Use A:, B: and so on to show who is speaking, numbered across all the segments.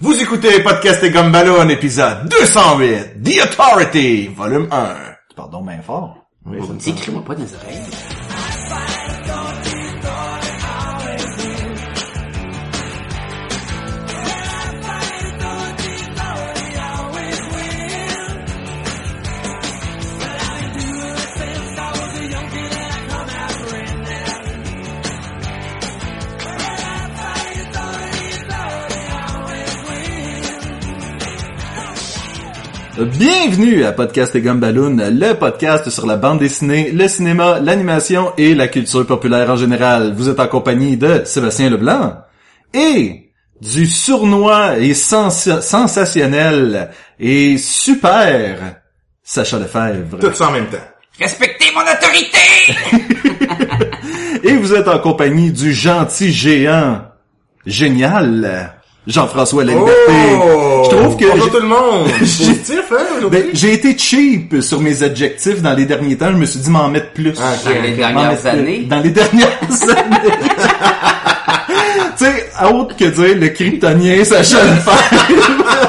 A: Vous écoutez Podcast et Gumballoon, épisode 208, The Authority, volume 1. Pardon, bien fort. Oui, ça me
B: Dis, crie-moi pas dans les oreilles.
A: Bienvenue à Podcast et Gumballoon, le podcast sur la bande dessinée, le cinéma, l'animation et la culture populaire en général. Vous êtes en compagnie de Sébastien Leblanc et du sournois et sens- sensationnel et super Sacha Lefebvre.
C: Tout ça en même temps.
B: Respectez mon autorité!
A: Et vous êtes en compagnie du gentil géant génial Jean-François Laliberté. Je trouve que
C: Bonjour
A: j'ai-
C: Oh! tout le monde! Positif, hein, aujourd'hui?
A: Ben, j'ai été cheap sur mes adjectifs dans les derniers temps. Je me suis dit m'en mettre plus.
C: Ah, ok.
B: Dans les
A: M'en
B: dernières
A: mettre plus.
B: années,
A: Dans les dernières années. tu sais, à autre que dire, le kryptonien, Sacha Lefebvre.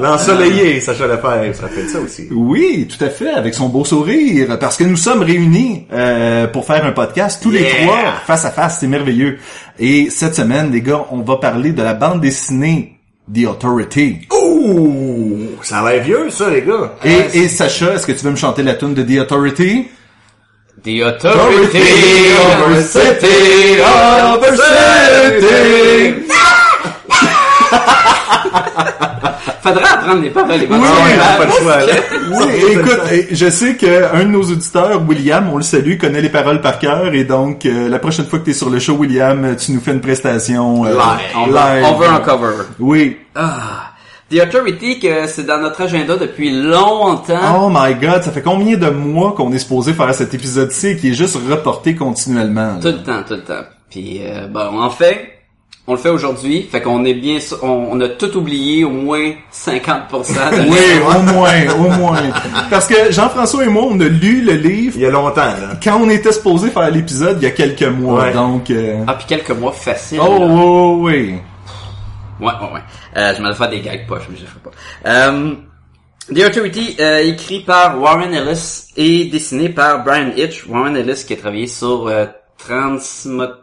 C: L'ensoleillé, Sacha Lefebvre, ça fait ça aussi.
A: Oui, tout à fait, avec son beau sourire, parce que nous sommes réunis euh, pour faire un podcast tous les
C: Yeah!
A: trois, face à face, c'est merveilleux. Et cette semaine, les gars, on va parler de la bande dessinée The Authority.
C: Oh! Ouh! Ça a l'air vieux, ça, les gars.
A: Et, et Sacha, est-ce que tu veux me chanter la tune de The Authority?
B: The authority
A: over
B: city,
A: over city.
B: Faudra apprendre les paroles, les
C: Ah, ouais,
B: paroles.
C: pas le choix, là.
A: Oui, écoute, eh, je sais que un de nos auditeurs, William, on le salue, connaît les paroles par cœur et donc euh, la prochaine fois que tu es sur le show, William, tu nous fais une prestation euh,
C: Live.
A: en
B: On
A: live.
B: va- on veut un cover.
A: Oui.
B: Ah, The Authority, que c'est dans notre agenda depuis longtemps.
A: Oh my god, ça fait combien de mois qu'on est supposé faire cet épisode-ci qui est juste reporté continuellement? là?
B: Tout le temps, tout le temps. Puis, euh, bon, en fait, on le fait aujourd'hui. Fait qu'on est bien... sûr- On, on a tout oublié, au moins 50% de
A: Oui, au moins, au moins. Parce que Jean-François et moi, on a lu le livre
C: Il y a longtemps, là.
A: quand on était supposé faire l'épisode il y a quelques mois,
C: Ouais.
A: donc... euh,
B: Ah, puis quelques mois faciles.
A: Oh,
B: là.
A: oh, oui.
B: Ouais, ouais, ouais. Euh, je m'en faire des gags poches, mais je le ferai pas. Euh, The Authority, euh, écrit par Warren Ellis et dessiné par Brian Hitch. Warren Ellis qui a travaillé sur euh, Transmopolitan,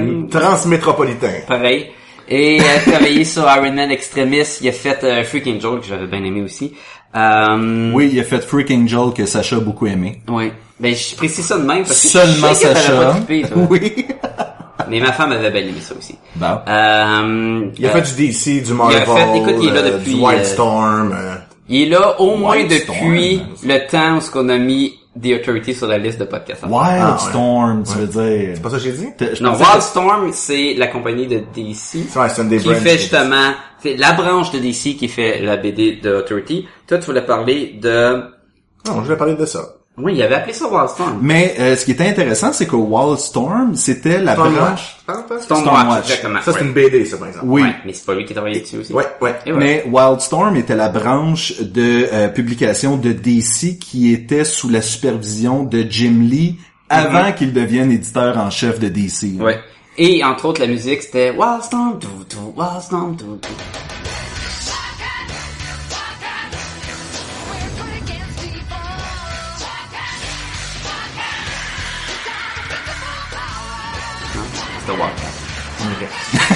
C: Mm. Transmétropolitain.
B: pareil. Et a travaillé sur Iron Man Extremis. Il a fait euh, Freaking Joel, que j'avais bien aimé aussi. Euh,
A: Oui, il a fait Freak Angel que Sacha a beaucoup aimé.
B: Ouais. Ben, je précise ça de même parce que
A: Seulement
B: je sais que t'avais
A: Sacha.
B: pas trippé, toi.
A: oui. Ah,
B: Mais ma femme avait bien aimé ça aussi.
A: Bon.
B: Euh,
C: Il a
B: euh,
C: fait du DC, du Marvel,
B: il a fait- écoute, il est là
C: euh,
B: depuis,
C: du White
B: euh,
C: Storm. euh.
B: Il est là au moins
A: White
B: depuis
A: Storm.
B: le temps où ce qu'on a mis The Authority sur la liste de podcasts.
A: Wildstorm, tu veux dire.
C: C'est pas ça que j'ai dit?
A: T'as- je
B: Non,
A: pensais
B: Wildstorm, c'est la compagnie de DC
C: C'est un Sunday
B: qui
C: Brunch.
B: fait justement c'est la branche de DC qui fait la BD de Authority. Toi, tu voulais parler de...
C: Non, je voulais parler de ça.
B: Oui, il avait appelé ça
A: que-
B: Wildstorm.
A: Mais euh, ce qui était intéressant, c'est que Wildstorm, c'était la branche...
C: Stormwatch. Ah, ah.
B: Stormwatch,
A: Stormwatch.
B: exactement.
C: Ça, c'est
B: ouais.
C: une BD, ça, par exemple.
A: Oui.
B: Ouais, mais c'est pas lui qui travaille dessus aussi.
C: Ouais, ouais.
B: Et ouais.
A: Mais Wildstorm était la branche de euh, publication de DC qui était sous la supervision de Jim Lee avant qu'il devienne éditeur en chef de DC.
B: Mm-hmm. Ouais. Et entre autres, la musique, c'était Wildstorm, dou, dou, Wildstorm, dou, dou. C'était Wildcat.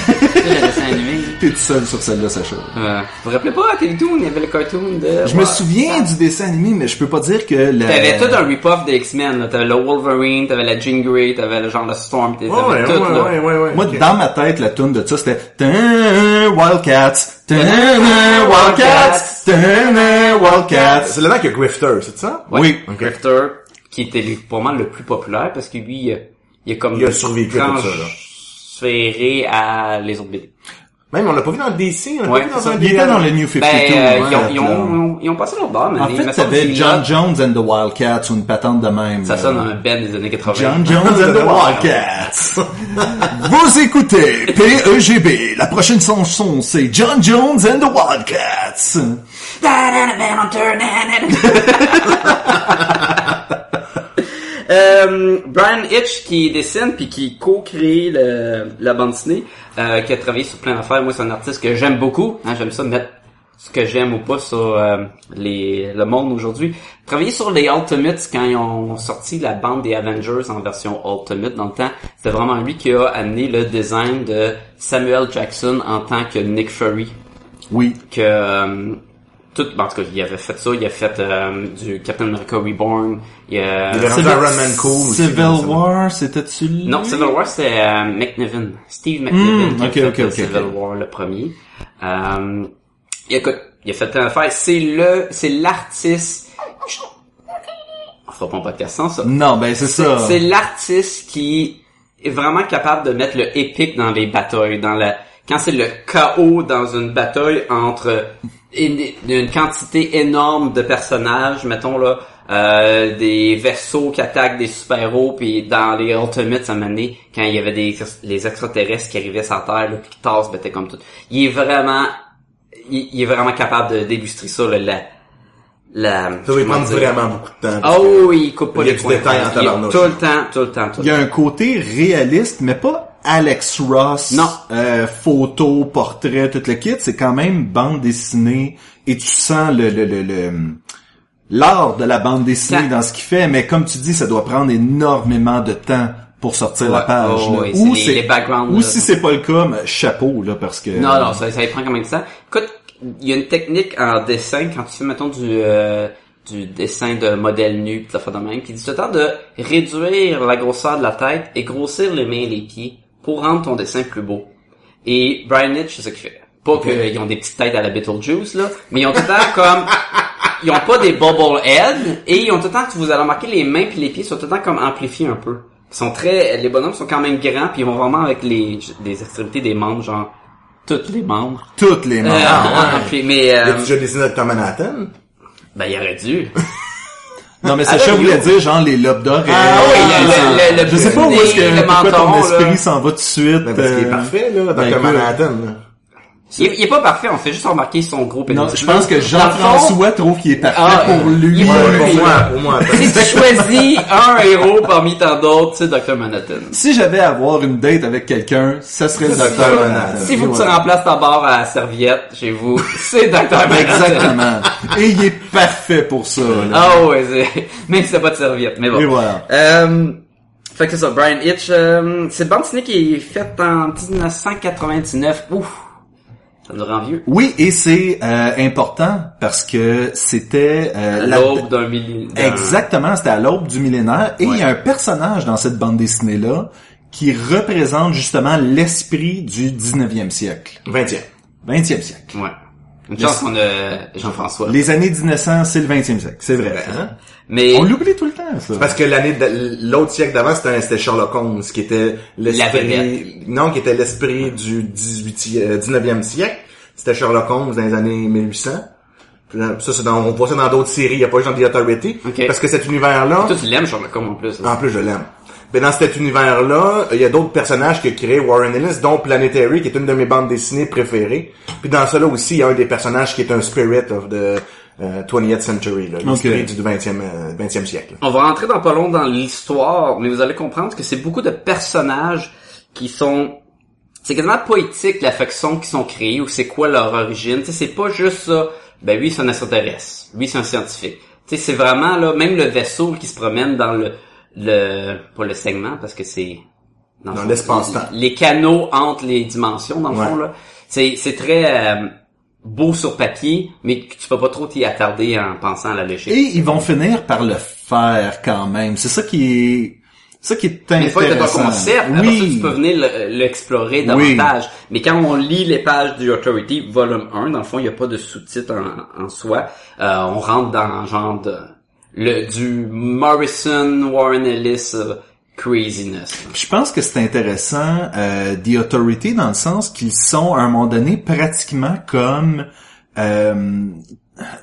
B: le dessin animé.
A: T'es tout seul sur celle-là, Sacha.
B: Euh, vous vous rappelez pas, à Télétoon, il y avait le cartoon de...
A: Je me souviens du dessin animé, mais je peux pas dire que la...
B: T'avais tout un rip-off des X-Men, là. T'avais le Wolverine, t'avais la Jean Grey, t'avais le genre de Storm, t'avais
C: Ouais, ouais,
B: tout, là.
C: ouais, ouais, ouais.
A: Moi,
C: Ok.
A: dans ma tête, la tune de ça, c'était Tin Wildcats, Tin Wildcats, Tin Wildcats.
C: C'est le mec qui a Grifter, c'est ça?
B: Ouais.
A: Oui.
C: Ok.
B: Grifter, qui était le- probablement le plus populaire, parce que lui, il a, il a comme...
C: Il a survécu à tout ça, là.
B: transféré à les autres BD.
C: Même, on l'a pas vu dans le DC, on l'a
B: Ouais,
C: pas vu
B: c'est
C: dans
B: ça.
C: un
A: Il
C: des-
A: était dans le New 52.
B: Ben, euh,
A: ouais,
B: ils, ont, ils,
A: là.
B: ont, ils ont passé leur bord, mais
A: En
B: il
A: fait,
B: me semble
A: t'avais
B: que
A: John
B: là,
A: Jones and the Wildcats, ou une patente de même.
B: Ça
A: là.
B: sonne un Ben des années 80.
A: John Jones and the Wildcats. Vous écoutez PEGB. La prochaine chanson, c'est John Jones and the Wildcats.
B: Da-da-da-da-da-da-da-da-da. Euh, Brian Hitch qui dessine puis qui co-crée le- la bande dessinée, euh, qui a travaillé sur plein d'affaires. Moi, c'est un artiste que j'aime beaucoup. Hein, j'aime ça mettre ce que j'aime ou pas sur euh, les, le monde aujourd'hui. Travailler sur les Ultimates quand ils ont sorti la bande des Avengers en version Ultimate dans le temps, c'était vraiment lui qui a amené le design de Samuel Jackson en tant que Nick Fury
A: Oui.
B: que euh, tout, ben, en tout cas, il avait fait ça, il a fait euh, du Captain America Reborn, il a...
C: Il avait- Rendu Iron Man cool aussi,
A: Civil
C: dans ça.
A: War, c'était-tu lui?
B: Non, Civil War, c'est euh, McNiven, Steve
A: Hmm,
B: McNiven qui a
A: ok,
B: fait
A: ok,
B: euh,
A: ok,
B: Civil
A: ok.
B: War le premier. Euh, il, a, il a fait plein d'affaires. C'est le, c'est l'artiste... On fera pas un podcast sans ça.
A: Non, ben c'est ça.
B: C'est l'artiste qui est vraiment capable de mettre le épique dans les batailles, dans la quand c'est le chaos dans une bataille entre une, une quantité énorme de personnages, mettons là, euh, des vaisseaux qui attaquent des super-héros, puis dans les Ultimates, à un moment donné, quand il y avait des les extraterrestres qui arrivaient sur la Terre, là, puis qui tassent, battaient comme tout. Il est vraiment, il, il est vraiment capable de- d'illustrer ça, là, la, la.
C: Ça va
B: comment
C: prendre
B: dire?
C: vraiment beaucoup de temps. parce
B: Oh, oui, il coupe pas
C: il y a
B: les
C: du
B: coins.
C: détail en
B: Il y a
C: tabarnouche.
B: Tout le temps, tout le temps, tout
A: Il y
B: le temps.
A: a un côté réaliste, mais pas Alex Ross.
B: Non.
A: Euh, photo, portrait, tout le kit. C'est quand même bande dessinée. Et tu sens le, le, le, le- l'art de la bande dessinée
B: Ça-
A: dans ce qu'il fait. Mais comme tu dis, ça doit prendre énormément de temps pour sortir la
B: Ouais,
A: page.
B: oh,
A: là.
B: oui,
A: ou
B: c'est les- les backgrounds,
A: ou
B: là.
A: si c'est pas le cas, mais chapeau, là, parce que...
B: Non, non, ça, ça y prend combien de temps? Écoute, il y a une technique en dessin, quand tu fais, mettons, du, euh, du dessin de modèle nu, pis fait de même, qui dit tout le temps de réduire la grosseur de la tête et grossir les mains et les pieds pour rendre ton dessin plus beau. Et Brian Hitch, c'est ce qu'il fait. Pas qu'ils ont des petites têtes à la Beetlejuice, là, mais ils ont tout le temps comme... Ils ont pas des bubble heads, et ils ont tout le temps que vous allez remarquer les mains puis les pieds sont tout le temps comme amplifiés un peu. Ils sont très... Les bonhommes sont quand même grands, puis ils vont vraiment avec les, les extrémités des membres, genre... Toutes les membres.
A: Toutes les
B: Euh,
A: marques.
B: puis- mais
C: que-
B: euh,
C: As-tu déjà dessiné avec Tom Manhattan?
B: ben il aurait dû.
A: Non, mais Sacha
B: Avec
A: voulait
B: nous.
A: dire, genre, les lobes d'or.
C: Ah oui,
B: le- le- le
A: Je sais pas où est-ce
B: nez,
A: que,
B: le
A: pourquoi ton
B: menton, là.
A: esprit s'en va tout de suite.
C: Ben, parce qu'il est
A: euh,
C: parfait, là, dans
A: ben,
C: Tom
A: écoute.
C: Manhattan, là.
B: il, est- il est pas parfait, on fait juste remarquer son gros pénis.
A: Non, je pense que Jean-François trouve qu'il est parfait
B: Ah,
A: pour lui.
B: il est
C: Ouais,
B: Oui.
C: pour moi, pour moi, attends.
B: Si tu choisis un héros parmi tant d'autres, c'est Dr. Manhattan.
A: Si j'avais à avoir une date avec quelqu'un, ça serait le
C: Ça,
A: docteur
C: c'est
A: Manhattan.
B: Si vous tu
A: Voilà.
B: remplaces ta barre à la serviette chez vous, c'est Dr. Manhattan.
A: Exactement. Et il est parfait pour ça. là.
B: Ah ouais, c'est... même si c'est pas de serviette, mais bon.
A: Et voilà.
B: Euh, fait que c'est ça, Brian Hitch, euh, c'est une bande dessinée qui est faite en 1999. Ouf, ça nous rend vieux.
A: Oui, et c'est euh, important parce que c'était euh, la-
B: L'aube d'un million.
A: Exactement, c'était à l'aube du millénaire. Et il
B: Ouais.
A: y a un personnage dans cette bande dessinée-là qui représente justement l'esprit du 19e siècle.
C: 20e.
A: 20e siècle.
B: Ouais. Une chance qu'on a Jean-François.
A: Les années 1900, c'est le 20e siècle. C'est vrai.
C: Ben, hein.
B: Mais
A: On l'oublie tout le temps, ça.
C: Parce que l'année, de- l'autre siècle d'avant, c'était, un- c'était Sherlock Holmes, qui était l'esprit,
B: vedette.
C: non, qui était l'esprit du 18e, euh, 19e siècle. C'était Sherlock Holmes dans les années 1800. Puis là, Ça, c'est dans, on voit ça dans d'autres séries, il n'y a pas juste dans The Authority.
B: Ok.
C: Parce que cet univers-là,
B: toi, tu l'aimes, Sherlock Holmes, en plus. hein.
C: en plus, je l'aime. Mais dans cet univers-là, il y a d'autres personnages que créé Warren Ellis, dont Planetary, qui est une de mes bandes dessinées préférées. Puis dans ça là aussi, il y a un des personnages qui est un spirit of the euh, 20th century, là, l'esprit
A: Ok.
C: du 20e, euh, 20e siècle.
B: On va rentrer dans pas long dans l'histoire, mais vous allez comprendre que c'est beaucoup de personnages qui sont... C'est quasiment poétique, la faction qui sont créés, ou c'est quoi leur origine. Tu sais, c'est pas juste ça. Ben, lui, c'est un extraterrestre. Lui, c'est un scientifique. Tu sais, c'est vraiment, là, même le vaisseau qui se promène dans le... le pas le segment, parce que c'est...
C: Dans
B: le-
C: l'espace-temps.
B: Les canaux entre les dimensions, dans le
C: Ouais.
B: fond, là. C'est c'est très... euh, beau sur papier, mais que tu peux pas trop t'y attarder en pensant à la lécher.
A: Et ils vont finir par le faire quand même. C'est ça qui est, ça qui est
B: Une fois que t'as ton
A: intéressant.
B: concept, après ça, tu
A: oui.
B: peux venir le- euh, l'explorer
A: Oui.
B: davantage. Mais quand on lit les pages du Authority, volume 1, dans le fond, il n'y a pas de sous-titre en, en soi. Euh, on rentre dans un genre de... Le, du Morrison, Warren Ellis euh, craziness.
A: Je pense que c'est intéressant euh, The Authority dans le sens qu'ils sont à un moment donné pratiquement comme euh,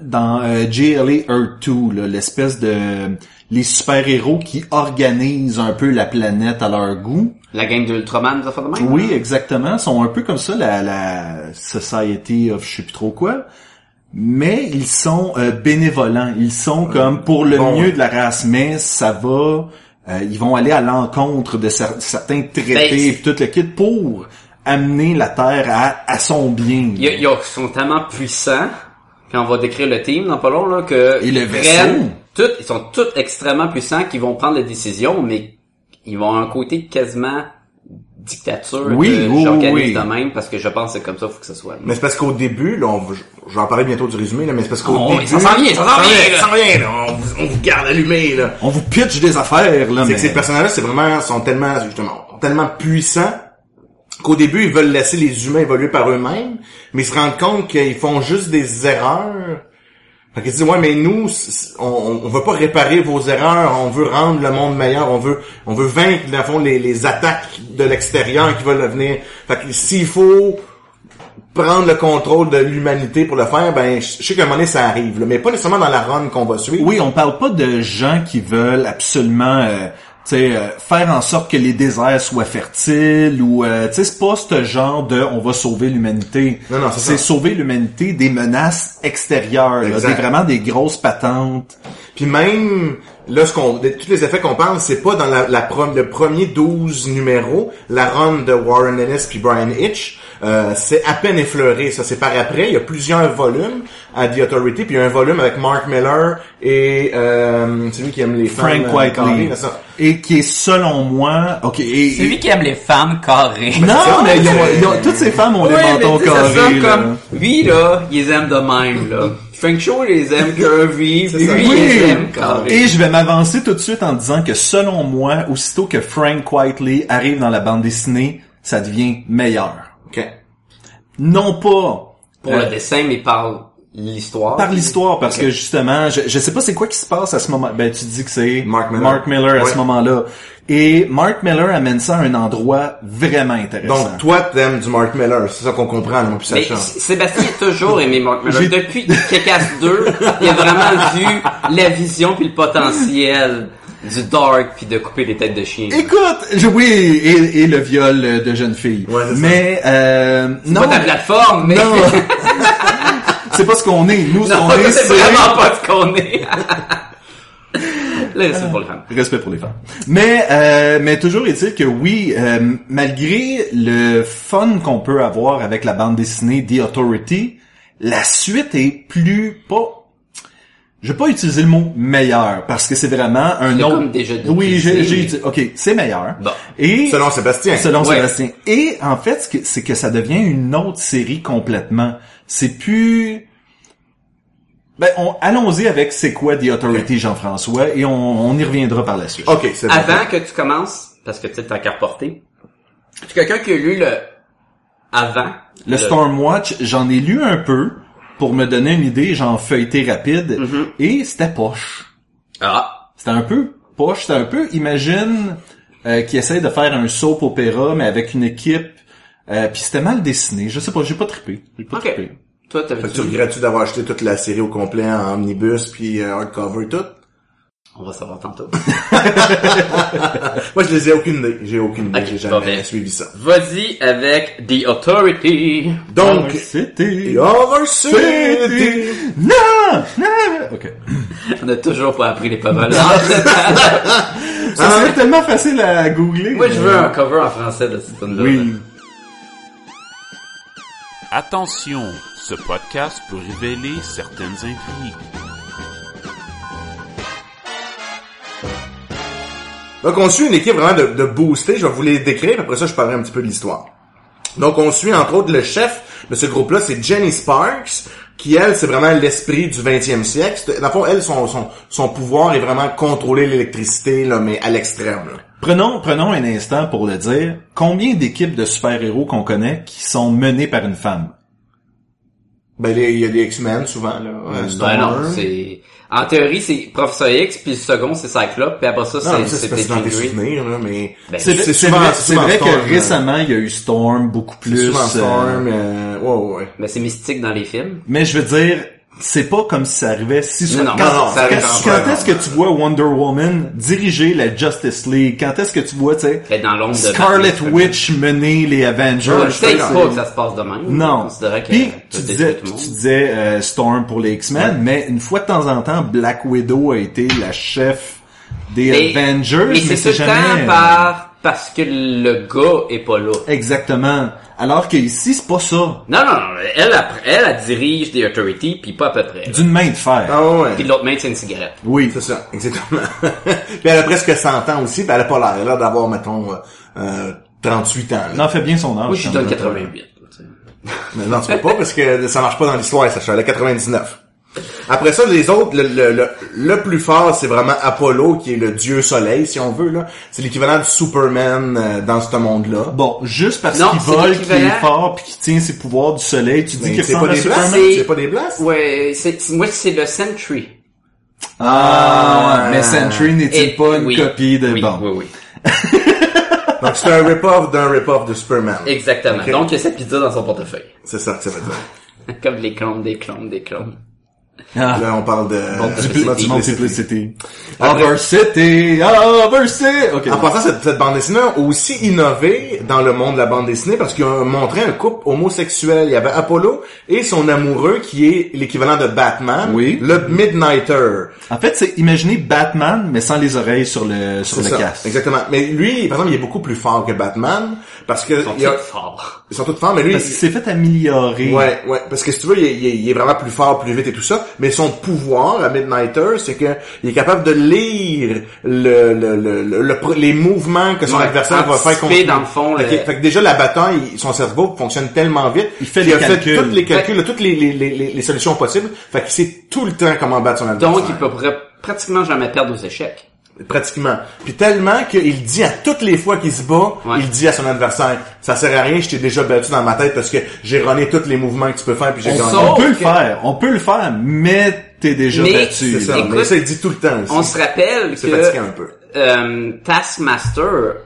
A: dans euh, JLA Earth 2, là, l'espèce de les super-héros qui organisent un peu la planète à leur goût.
B: La gang de Ultraman, ça fait de même?
A: Oui, exactement. Ils sont un peu comme ça, la, la Society of je sais plus trop quoi. Mais ils sont euh, bénévolents. Ils sont comme pour le
C: Bon.
A: mieux de la race, mais ça va euh, ils vont aller à l'encontre de cer- certains traités,
B: Ben,
A: pis tout le kit pour amener la Terre à, à son bien.
B: Ils, ils sont tellement puissants, quand on va décrire le team dans pas long, là, que...
A: Et le
B: ils
A: vaisseau.
B: prennent toutes- ils sont tous extrêmement puissants, qu'ils vont prendre des décisions, mais ils vont à un côté quasiment dictature.
A: Oui,
B: de-
A: oui,
B: j'organise
A: oui.
B: de même, parce que je pense que c'est comme ça, faut que ce soit.
C: Mais c'est parce qu'au début, là, on, va- je vais en parler bientôt du résumé, là, mais c'est parce qu'au
B: Oh,
C: début...
B: oui, ça s'en vient, ça s'en vient, là.
C: ça s'en vient, là. On, vous- on vous garde allumé, là.
A: On vous pitch des affaires, là,
C: C'est
A: mais...
C: que ces personnages-là, c'est vraiment, sont tellement, justement, sont tellement puissants qu'au début, ils veulent laisser les humains évoluer par eux-mêmes, mais ils se rendent compte qu'ils font juste des erreurs. Fait qu'ils se disent, ouais, mais nous, c- c- on, on veut pas réparer vos erreurs, on veut rendre le monde meilleur, on veut, on veut vaincre, dans le fond, les, les attaques de l'extérieur qui veulent venir. Fait que s'il faut prendre le contrôle de l'humanité pour le faire, ben, je je sais qu'à un moment donné, ça arrive, là. mais pas nécessairement dans la run qu'on va suivre.
A: Oui, on parle pas de gens qui veulent absolument euh, tu sais, euh, faire en sorte que les déserts soient fertiles ou euh, tu sais, c'est pas ce genre de on va sauver l'humanité.
C: Non, non, c'est ça.
A: sauver l'humanité des menaces extérieures, là,
C: Exact.
A: des vraiment des grosses patentes.
C: Puis même, là, ce qu'on, de- tous les effets qu'on parle, c'est pas dans la, la prom- le premier 12 numéros, la run de Warren Ellis puis Brian Hitch, euh, c'est à peine effleuré, ça c'est par après, il y a plusieurs volumes à The Authority, puis il y a un volume avec Mark Miller et euh, celui qui aime les femmes,
A: Frank
C: euh, carrées,
A: Whiteley.
C: là, ça.
A: Et qui est selon moi, OK, et-
D: C'est lui qui aime les femmes carrées.
A: Non,
C: ça,
A: mais
C: mais
A: ils ont-
C: c'est-
A: ils ont- toutes ces femmes ont
B: Ouais,
A: des
B: mais
A: mentons
B: tu sais, ça sonne
A: carrés. là.
B: comme, lui, là, il les aime de même, là. Frank Show, il les aime curvy, puis
C: ça.
B: lui, il
A: Oui.
B: les aime carré.
A: Et je vais m'avancer tout de suite en disant que selon moi, aussitôt que Frank Whiteley arrive dans la bande dessinée, ça devient meilleur.
C: OK.
A: Non pas
B: Pour
A: euh,
B: le dessin, mais par l'histoire.
A: par l'histoire, parce que justement, je, je sais pas c'est quoi qui se passe à ce moment. Ben tu dis que c'est
C: Mark Miller.
A: à
C: Ouais.
A: ce moment-là. Et Mark Miller amène ça à un endroit vraiment intéressant.
C: Donc, toi, t'aimes du Mark Miller, c'est ça qu'on comprend, là, moi, puis ça
B: Mais
C: change.
B: S- Sébastien a toujours aimé Mark Miller.
A: J'ai-
B: Depuis Kekass 2, il a vraiment vu la vision puis le potentiel du dark puis de couper les têtes de chien.
A: Écoute, je- oui, et, et le viol euh, de jeune fille.
C: Ouais, c'est ça.
A: mais euh, non,
B: Pas ta plateforme, mais...
A: non. c'est pas ce qu'on est. Nous, ce
B: Non,
A: qu'on est,
B: c'est
A: c'est
B: vraiment pas ce qu'on est. Là, c'est pour les femmes.
A: Respect pour les femmes. Mais euh, mais toujours est-il que oui, euh, malgré le fun qu'on peut avoir avec la bande dessinée The Authority, la suite est plus pas. Je vais pas utiliser le mot meilleur parce que c'est vraiment un
B: l'as
A: autre.
B: comme déjà dit.
A: oui, j'ai, j'ai
B: Mais-
A: dit. Ok, c'est meilleur.
B: Bon.
A: Et
C: Selon Sébastien.
A: Selon
B: Ouais.
A: Sébastien. Et en fait, ce que- c'est que ça devient une autre série complètement. C'est plus... Ben, on, allons-y avec c'est quoi The Authority Jean-François et on, on y reviendra par la suite.
C: OK, c'est bon.
B: Avant que tu commences, parce que tu sais, t'as qu'à reporter, tu quelqu'un qui a lu le avant.
A: Le Stormwatch, j'en ai lu un peu pour me donner une idée, j'en feuilleté rapide et c'était poche.
B: Ah.
A: C'était un peu poche, c'était un peu, imagine, euh, qui essaie de faire un soap opéra, mais avec une équipe, euh, puis c'était mal dessiné. Je sais pas, j'ai pas trippé. J'ai pas
B: Ok.
A: trippé.
B: Toi,
C: Fait que tu
B: t'avais-tu lu?
C: regrettes-tu d'avoir acheté toute la série au complet en omnibus, puis euh, hardcover, tout?
B: On va savoir tantôt.
C: Moi, je les ai aucune idée. J'ai aucune idée.
B: Ok,
C: J'ai
B: bon,
C: jamais
B: ben.
C: suivi ça.
B: Vas-y avec The Authority.
C: Donc,
A: Alors, c'était...
C: The Other City.
A: Non! Non! Ok.
B: On a toujours pas appris les paroles. En fait,
A: Ça
C: Ah.
A: serait tellement facile à googler.
B: Moi, je veux un cover en français de cette tune-là.
A: Euh, Oui.
E: Attention, ce podcast peut révéler certaines intrigues.
C: Donc, on suit une équipe vraiment de, de boostés. Je vais vous les décrire, puis après ça, je parlerai un petit peu de l'histoire. Donc, on suit, entre autres, le chef de ce groupe-là, c'est Jenny Sparks, qui, elle, c'est vraiment l'esprit du 20e siècle. C'est- Dans le fond, elle, son, son, son pouvoir est vraiment contrôler l'électricité, là, mais à l'extrême, là.
A: Prenons, prenons un instant pour le dire. Combien d'équipes de super-héros qu'on connaît qui sont menées par une femme?
C: Ben, les- il y a des X-Men, souvent, là. euh,
B: Ben non,
C: Storm.
B: c'est... En théorie, c'est Professeur X, puis le second, c'est Cyclope, puis après ça,
C: Non, mais
B: c'est c'est
C: ça, c'est parce que c'est dans
B: Paging
C: tes
B: Green.
C: souvenirs, là, mais...
A: C'est
B: Ben,
C: c'est
A: vrai, c'est
C: souvent-
A: vrai-
C: c'est
A: c'est
C: souvent
A: vrai que
C: Storm,
A: récemment, il y a eu Storm beaucoup
C: C'est
A: plus.
C: souvent
A: euh,
C: Storm, euh, ouais, ouais, ouais.
B: Ben, c'est mystique dans les films.
A: mais je veux dire, c'est pas comme si ça arrivait si
B: Non, non,
A: quand,
B: non, ça arrive
A: quand-
C: en
A: quand
C: vrai,
A: est-ce que tu vois Wonder Woman diriger la Justice League? Quand est-ce que tu vois, tu sais,
B: Ben, dans l'ombre de...
A: Scarlet
B: Batman.
A: Witch mener les Avengers?
B: Ouais, je
A: tu sais,
B: sais
A: c'est-
B: pas que ça se passe de même.
A: Non.
B: Considérant que
A: Puis, tu
B: ça détruit
A: disais,
B: tout le monde.
A: tu disais euh, Storm pour les X-Men, mais une fois de temps en temps, Black Widow a été la chef des
B: Mais-
A: Avengers,
B: mais c'est tout le
A: jamais...
B: temps par, parce que le gars est pas là.
A: Exactement. Alors que ici, c'est pas ça.
B: Non, non, non, elle, elle, elle, elle dirige des authorities, puis pas à peu près.
A: D'une main de fer.
C: Ah ouais.
B: Puis de l'autre main, c'est une cigarette.
A: Oui.
C: C'est ça, exactement. puis elle a presque 100 ans aussi, puis elle a pas l'air là d'avoir, mettons, euh, euh, 38 ans. là.
A: Non, fait bien son âge.
B: Moi, je lui
A: quand
B: donne
A: même.
B: 88. tu sais.
C: Mais non, tu peux pas parce que ça marche pas dans l'histoire, Sacha. Elle a 99. Après ça, les autres, le, le, le, le plus fort, c'est vraiment Apollo, qui est le dieu soleil, si on veut. là. C'est l'équivalent de Superman euh, dans ce monde-là.
A: Bon, juste parce
B: Non,
A: qu'il
B: c'est
A: vole, qu'il est
B: l'équivalent.
A: fort, puis qu'il tient ses pouvoirs du soleil, tu dis
C: Mais
A: qu'il
C: c'est pas
A: ressemble à
C: des places,
A: Superman.
B: C'est-
C: c'est pas des places.
B: Ouais, c'est, c'est- moi, c'est le Sentry.
A: Ah, mais Sentry n'est-il
B: Et-
A: pas une
B: oui.
A: copie de...
B: Oui,
A: bon.
B: oui, oui.
C: Donc c'est un rip-off d'un rip-off de Superman.
B: Exactement.
C: Ok.
B: Donc, il y a cette pizza dans son portefeuille.
C: C'est ça que ça veut dire.
B: Comme les clones, des clones, des clones.
A: Ah.
C: Là, on parle de...
A: Du- Ah,
C: euh,
A: du multiplicity.
C: Après-
A: Overcity, Ah, Overcity. Ok.
C: En
B: Ah,
C: passant, cette, cette bande dessinée a aussi innové dans le monde de la bande dessinée parce qu'ils ont montré un couple homosexuel. Il y avait Apollo et son amoureux qui est l'équivalent de Batman,
A: Oui.
C: le Midnighter.
A: En fait, c'est imaginer Batman mais sans les oreilles sur le sur
C: C'est
A: le
C: ça,
A: casque.
C: Exactement. Mais lui, par exemple, il est beaucoup plus fort que Batman parce que
B: Ils sont
C: il a-
B: tous forts.
C: ils sont tous forts, mais lui,
A: Parce qu'il s'est fait améliorer.
C: Ouais, ouais, parce que si tu veux, il, est- il est- il est vraiment plus fort, plus vite et tout ça, mais son pouvoir à Midnighter, c'est que il est capable de lire le, le, le, le- le pro- les mouvements que son
B: Ouais,
C: adversaire va faire
B: anticiper,
C: contre lui.
B: dans le fond,
C: Fait que-
B: le-
C: fait que déjà la bataille, il- son cerveau fonctionne tellement vite,
A: Il fait
C: qu'il
A: les
C: a
A: calculs.
C: fait tous les calculs, toutes les, les, les, les- les solutions possibles, fait qu'il sait tout le temps comment battre son adversaire.
B: Donc, il peut pr- pratiquement jamais perdre aux échecs.
C: Pratiquement. Puis tellement qu'il dit à toutes les fois qu'il se bat,
B: Ouais.
C: il dit à son adversaire, ça sert à rien, je t'ai déjà battu dans ma tête parce que j'ai runné tous les mouvements que tu peux faire puis j'ai
A: On,
C: gagné.
A: on
B: saute
A: peut le
B: que-
A: faire, on peut le faire, mais t'es déjà
B: Oh, Mais-
A: battu.
C: C'est ça,
A: là.
B: Écoute,
C: mais ça, il dit tout le temps aussi.
B: On se rappelle
C: C'est fatigant un
B: que
C: peu.
B: euh, Taskmaster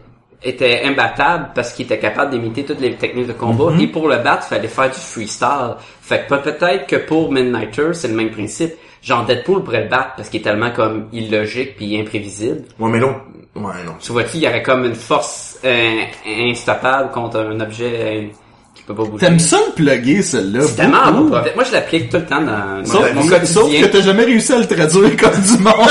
B: était imbattable parce qu'il était capable d'imiter toutes les techniques de combat
C: Mm-hmm.
B: et pour le battre, fallait faire du freestyle. Fait que peut- peut-être que pour Midnighter, c'est le même principe. Genre Deadpool pourrait le battre parce qu'il est tellement comme illogique puis imprévisible.
C: Ouais, mais l'autre... Ouais, non.
B: Tu vois-tu, il y aurait comme une force euh, instoppable contre un objet euh, qui peut pas bouger.
A: T'aimes ça le plugger, celle-là?
B: C'est tellement
A: beaucoup.
B: bon. Moi, je l'applique tout le temps dans
A: Sauf,
B: mon
A: que- sauf que
B: quotidien.
A: t'as jamais réussi à le traduire comme du monde.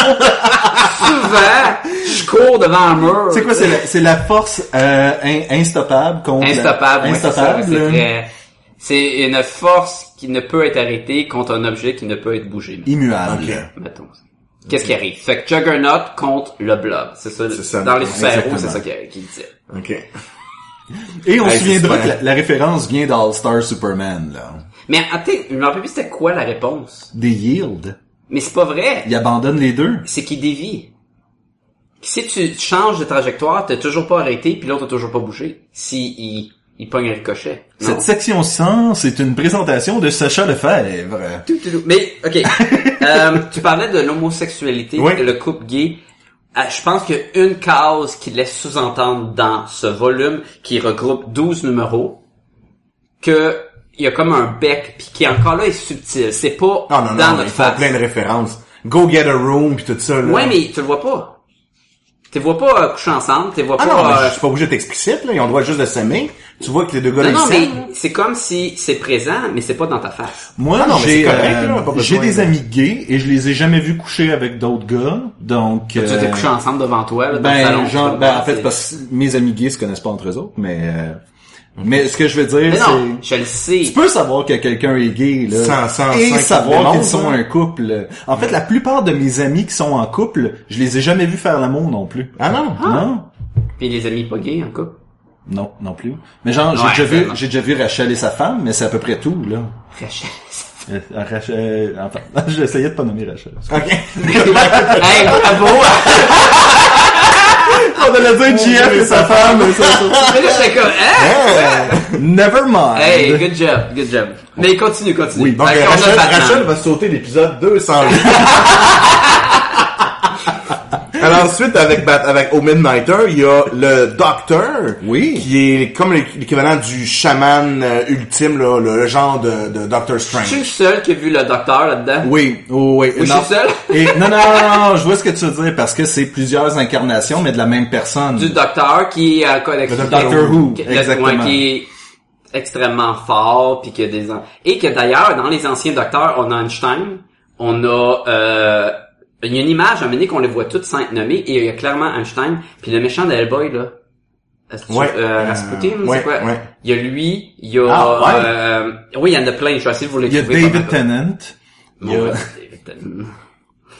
B: Souvent, je cours devant un mur.
A: c'est quoi, c'est la, c'est la force euh, in- instoppable contre... la-
B: Instoppable, ouais, c'est ça,
A: Instoppable.
B: c'est
A: là.
B: très- C'est une force qui ne peut être arrêtée contre un objet qui ne peut être bougé.
A: immuable.
C: Ok.
B: Mettons. Qu'est-ce qui arrive? Fait que Juggernaut contre le blob. C'est ça.
C: C'est ça,
B: Dans les super-héros,
A: exactement.
B: c'est ça qu'il qu'il dit.
C: OK.
A: Et on
C: Hey,
A: se souviendra
C: c'est
A: que la, la référence vient d'All-Star Superman, là.
B: Mais attends, je me rappelle plus c'était quoi la réponse.
A: Des yields.
B: Mais c'est pas vrai.
A: Il abandonne les deux.
B: C'est qu'il dévie. Si tu changes de trajectoire, t'as toujours pas arrêté, puis l'autre a toujours pas bougé. Si il, il pogne un ricochet. Non.
A: Cette section 100, c'est une présentation de Sacha Lefebvre.
B: Tout, tout, tout. Mais, ok. Euh, tu parlais de l'homosexualité,
C: Oui.
B: de le couple gay. Ah, Je pense qu'il y a une cause qui laisse sous-entendre dans ce volume qui regroupe 12 numéros que il y a comme un bec puis qui encore là est subtil. C'est pas
C: Ah, Non, non,
B: dans
C: non, mais
B: notre
C: ils font
B: face.
C: plein de références. Go get a room pis tout ça, là.
B: Ouais, mais tu le vois pas. Tu les vois pas euh, coucher ensemble, tu les vois
C: Ah
B: pas.
C: non, mais
B: euh,
C: je suis pas obligé d'être explicite, là. Ils ont le droit juste de s'aimer. Tu vois que les deux gars,
B: non,
C: ils
B: non, mais
C: s'aiment.
B: c'est comme si c'est présent, mais c'est pas dans ta face.
A: Moi,
C: Ah non, mais
A: j'ai
C: c'est correct,
A: euh,
C: là, pas besoin
A: j'ai des
C: de-
A: amis gays et je les ai jamais vus coucher avec d'autres gars, donc...
B: Tu t'es
A: euh,
B: couché ensemble devant toi, là, dans le salon.
A: Ben, genre,
B: je
A: ben, en
B: sais pas,
A: fait, parce que mes amis gays se connaissent pas entre eux autres, mais... euh, mais ce que je veux dire,
B: Mais non,
A: c'est...
B: je le sais.
A: Tu peux savoir que quelqu'un est gay, là.
C: Sans- sans-
A: et
C: sans qu'ils
A: savoir qu'ils
C: démontrent,
A: sont
C: hein.
A: un couple. En fait, la plupart de mes amis qui sont en couple, je les ai jamais vus faire l'amour non plus.
C: Ah non?
A: Non?
B: Puis les amis pas gays, en couple.
A: Non, non plus. Mais genre, j'ai
B: Ouais,
A: déjà
C: ben
A: vu,
B: tellement.
A: j'ai déjà vu Rachel et sa femme, mais c'est à peu près tout, là.
B: Rachel.
A: Euh, Rachel, enfin, j'essayais de pas nommer Rachel.
C: OK.
B: hey, bravo!
A: hein. Ah, On allait dire JF et sa femme, mais ça, ça.
B: Mais là, j'étais comme, hein?
A: Never mind.
B: Hey, good job, good job. Mais continue, continue.
A: Oui, ben,
C: Donc,
B: Fait qu'on a
C: Rachel,
B: ben, Batman.
C: Rachel va sauter l'épisode 208. Alors ensuite, avec, Bat- avec au Midnighter, il y a le Docteur,
A: Oui.
C: qui est comme l'é- l'équivalent du chaman euh, ultime, là, le, le genre de, de Doctor
B: Je suis le
C: Strange.
B: seul qui a vu le docteur là-dedans.
A: Oui, oh, oui.
B: Oui, je
A: non.
B: suis seul.
A: Et, non, non, non, non, je vois ce que tu veux dire, parce que c'est plusieurs incarnations, mais de la même personne.
B: Du docteur qui est en collection.
C: Le Docteur
A: Who,
B: Qui-
A: exactement.
B: ouais, qui est extrêmement fort, puis qui a des... en- Et que d'ailleurs, dans les anciens docteurs, on a Einstein, on a euh, Il y a une image, à un moment donné, qu'on les voit toutes cinq nommées, et il y a clairement Einstein, puis le méchant de Hellboy, là. Est-ce que tu-
C: Ouais.
B: euh, Rasputin,
C: Ouais,
B: c'est quoi?
C: ouais.
B: Il y a lui, il y a...
C: Ah, ouais.
B: euh, oui, il y en a plein, je vais essayer de vous les
A: Il y a
B: trouver.
A: David
B: comment-
A: Tennant.
B: Bon,
A: il y a-
B: ouais, David Tennant.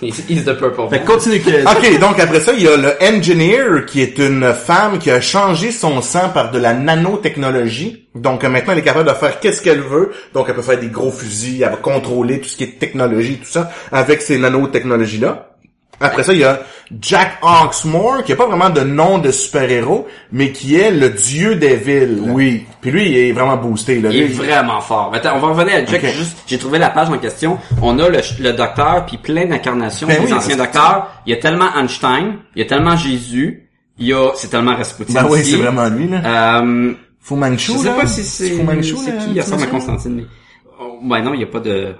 B: He's, he's the purple
A: Fait que
B: one.
A: continue, Chris.
C: Ok, donc après ça, il y a le engineer qui est une femme qui a changé son sang par de la nanotechnologie. Donc euh, maintenant, elle est capable de faire qu'est-ce qu'elle veut. Donc elle peut faire des gros fusils, elle va contrôler tout ce qui est technologie, tout ça, avec ces nanotechnologies-là. Après ça, il y a Jack Oxmoor, qui a pas vraiment de nom de super-héros, mais qui est le dieu des villes.
A: Oui.
C: Puis lui, il est vraiment boosté. Là.
B: Il est
C: Lui,
B: vraiment fort. Mais Attends, on va revenir à Jack.
C: Ok.
B: Juste, j'ai trouvé la page en question. On a le, ch- le docteur puis plein d'incarnations
C: Ben
B: des
C: oui,
B: anciens
C: Rasputin.
B: docteurs. Il y a tellement Einstein, il y a tellement Jésus, il y a c'est tellement Rasputin.
C: Ben oui,
B: aussi.
C: c'est vraiment lui. Là.
B: Euh,
C: Fu Manchu,
B: je sais
C: là.
B: pas si c'est
C: Fu Manchu,
B: c'est
C: là,
B: qui. Il ressemble à
C: Fu Manchu.
B: Constantine. Mais... Oh, ben non, il y a pas de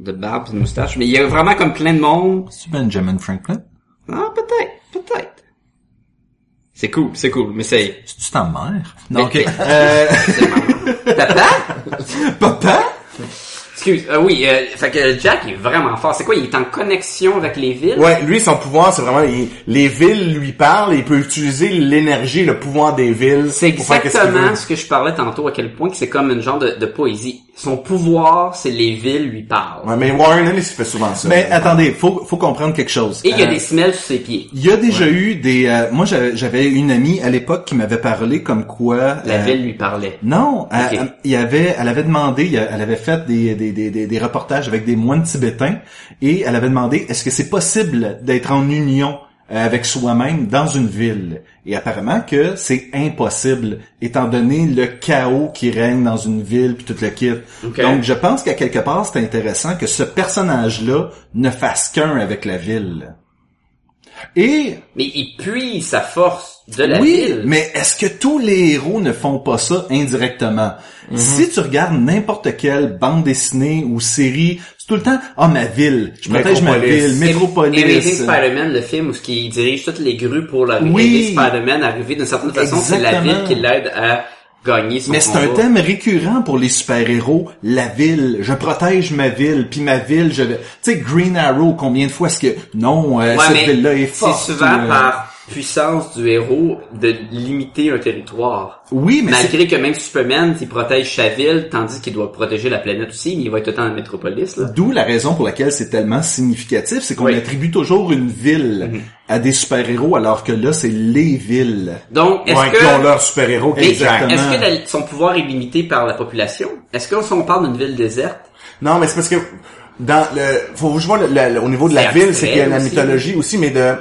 B: de barbe, de moustache. Mais il y a vraiment comme plein de monde.
A: C'est Benjamin Franklin.
B: Ah peut-être, peut-être. C'est cool, c'est cool. Mais c'est
A: C'est-tu ta mère? Non, ok.
B: Mais-
A: Euh,
B: papa.
A: papa?
B: Excuse, euh, oui, euh, fait que Jack il est vraiment fort. C'est quoi, il est en connexion avec les villes?
C: Ouais, lui, son pouvoir, c'est vraiment, il- les villes lui parlent, et il peut utiliser l'énergie, le pouvoir des villes.
B: C'est
C: pour faire qu'est-ce qu'il
B: exactement
C: veut.
B: ce que je parlais tantôt, à quel point que c'est comme une genre de, de poésie. Son pouvoir, c'est les villes lui parlent.
C: Ouais, mais Warren Ellis, il fait souvent ça.
A: Mais euh, attendez, faut, faut comprendre quelque chose.
B: Et il y a
A: Euh,
B: des semelles sous ses pieds.
A: Il y a déjà eu des... euh, moi, j'avais j'avais une amie à l'époque qui m'avait parlé comme quoi...
B: La
A: euh,
B: ville lui parlait.
A: Non, elle,
B: Ok.
A: elle- il y avait, elle avait demandé, il y a- elle avait fait des, des, des, des, des reportages avec des moines tibétains et elle avait demandé est-ce que c'est possible d'être en union euh, avec soi-même dans une ville Et apparemment que c'est impossible étant donné le chaos qui règne dans une ville puis tout le kit.
B: Ok.
A: Donc je pense qu'à quelque part c'est intéressant que ce personnage-là ne fasse qu'un avec la ville. Et
B: Mais il puise sa force de la
A: oui,
B: ville.
A: mais est-ce que tous les héros ne font pas ça indirectement?
B: Mhm.
A: Si tu regardes n'importe quelle bande dessinée ou série, c'est tout le temps, ah, ma ville, je protège ma
C: Métropolis.
A: ville,
B: Amazing
A: métropolis.
B: Spider-Man, le film où ce qui dirige toutes les grues pour la
A: Oui.
B: Amazing Spider-Man arriver d'une certaine façon, c'est la
A: Exactement.
B: ville qui l'aide à gagner son
A: Mais c'est un
B: combat.
A: thème récurrent pour les super-héros, la ville, je protège ma ville, puis ma ville, je vais... Tu sais, Green Arrow, combien de fois est-ce que... Non, euh,
B: Ouais,
A: cette
B: mais
A: ville-là est
B: c'est
A: forte.
B: souvent
A: ou, euh,
B: par puissance du héros de limiter un territoire.
A: Oui, mais c'est-
B: Malgré que même Superman, il protège sa ville, tandis qu'il doit protéger la planète aussi, mais il va être tout le temps dans la métropolis, là.
A: D'où la raison pour laquelle c'est tellement significatif, c'est qu'on
B: Oui.
A: attribue toujours une ville à des super-héros, alors que là, c'est les villes.
B: Donc, est-ce
C: Ouais, qui ont
B: que...
C: leur super-héros,
B: Mais euh,
C: exact.
B: Est-ce que la- son pouvoir est limité par la population? Est-ce que si on parle d'une ville déserte?
C: Non, mais c'est parce que, dans le, faut que je vois le- le- au niveau de la
B: C'est
C: ville, c'est qu'il y a la
B: abstrait aussi.
C: mythologie aussi, mais de,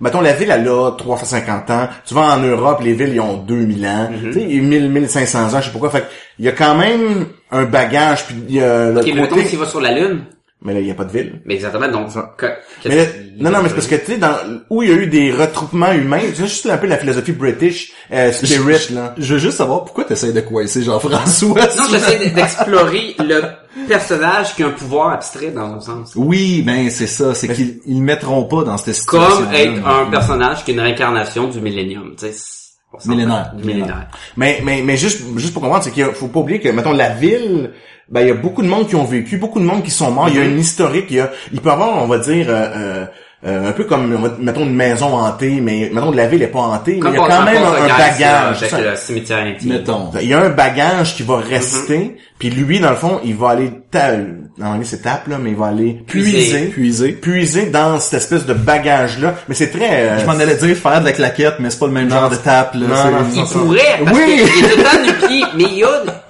C: mettons, la ville, elle a 350 ans. Tu vas en Europe, les villes, ils ont 2000 ans.
B: Mm-hmm.
C: Tu sais, 1000, 1500 ans, je sais pas quoi. Fait que, il y a quand même un bagage, puis il y a le
B: Ok, mais mettons
C: côté-
B: s'il va sur la Lune.
C: Mais là, il y a pas de ville.
B: Mais exactement, donc... que- qu'est-ce
C: Mais là-
B: qu'il-
C: non, non, mais c'est parce que, tu sais, dans, où il y a eu des retroupements humains, c'est juste un peu la philosophie british, euh, spirit, là.
A: Je veux juste savoir pourquoi t'essayes de coincer Jean-François.
B: Non, j'essaie d'explorer le personnage qui a un pouvoir abstrait dans un sens.
A: Oui, ben c'est ça, c'est qu'ils ils le mettront pas dans cette situation.
B: Comme être un personnage qui est une réincarnation du millénium, tu sais. c'est- on s'entend.
A: Millénaire.
B: Du millénaire.
C: Mais, mais, mais juste, juste pour comprendre, c'est qu'il y a- faut pas oublier que, mettons, la ville, ben, il y a beaucoup de monde qui ont vécu, beaucoup de monde qui sont morts, il y a une historique, il y a, il peut y avoir, on va dire, euh, euh, euh, un peu comme, on va- mettons, une maison hantée, mais, mettons, la ville est pas hantée, mais il y a
B: par
C: quand même
B: exemple,
C: un, un Mm-hmm.
B: Poltergeist,
C: bagage.
B: là,
C: ça.
B: Avec le cimetière intime.
A: Mettons.
C: Il y a un bagage qui va rester, puis lui, dans le fond, il va aller, ta... euh, non, c'est tape, là, mais il va aller puiser,
B: Puiser.
A: Puisé.
C: puiser dans cette espèce de bagage-là. Mais c'est très... euh,
A: Je m'en allais dire faire de la claquette, mais c'est pas le même genre de tape, là.
C: Non,
A: c'est-
C: non,
B: Il
C: non.
B: pourrait, parce
C: Oui!
B: qu'il est tout le temps nu pied, mais il y a,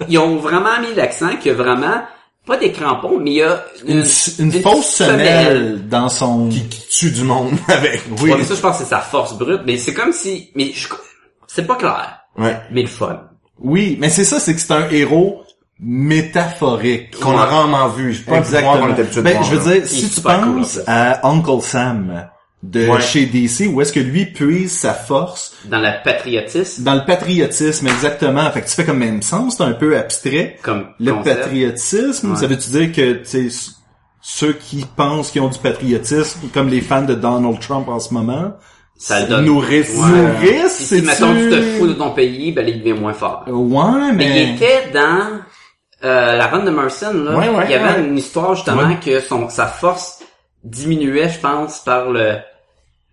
B: ils ont vraiment mis l'accent qu'il y a vraiment, pas des crampons, mais il y a
A: Une, une fausse semelle dans son...
C: qui, qui tue du monde avec.
B: Oui. mais ça, je pense que c'est sa force brute, mais c'est comme si, mais je, c'est pas clair,
C: Ouais.
B: mais le fun.
A: Oui, mais c'est ça, c'est que c'est un héros métaphorique.
C: Qu'on a rarement vu. C'est pas un pouvoir qu'on est habitué de
A: Ben,
C: voir,
A: je veux
C: là.
A: dire,
B: Il
A: si
B: est
A: tu
B: super cool,
A: penses
B: en fait.
A: à Uncle Sam de
C: Ouais.
A: chez DC, où est-ce que lui puise sa force
B: Dans la patriotisme,
A: dans le patriotisme, exactement. Fait que tu fais comme même sens, c'est un peu abstrait.
B: comme
A: Le
B: concept.
A: patriotisme,
B: Ouais.
A: ça veut-tu dire que tu sais, c- ceux qui pensent qu'ils ont du patriotisme, comme les fans de Donald Trump en ce moment,
B: ça le donne.
C: nourrice,
A: nourrissent,
B: Si,
A: c'est-tu-
B: mettons, tu te fous de ton pays, ben, il devient moins fort.
A: Ouais,
B: Mais il
A: mais...
B: était dans euh, la run de Merson, là.
C: Ouais, ouais,
B: il y avait
C: ouais.
B: une histoire justement que son sa force diminuait, je pense, par le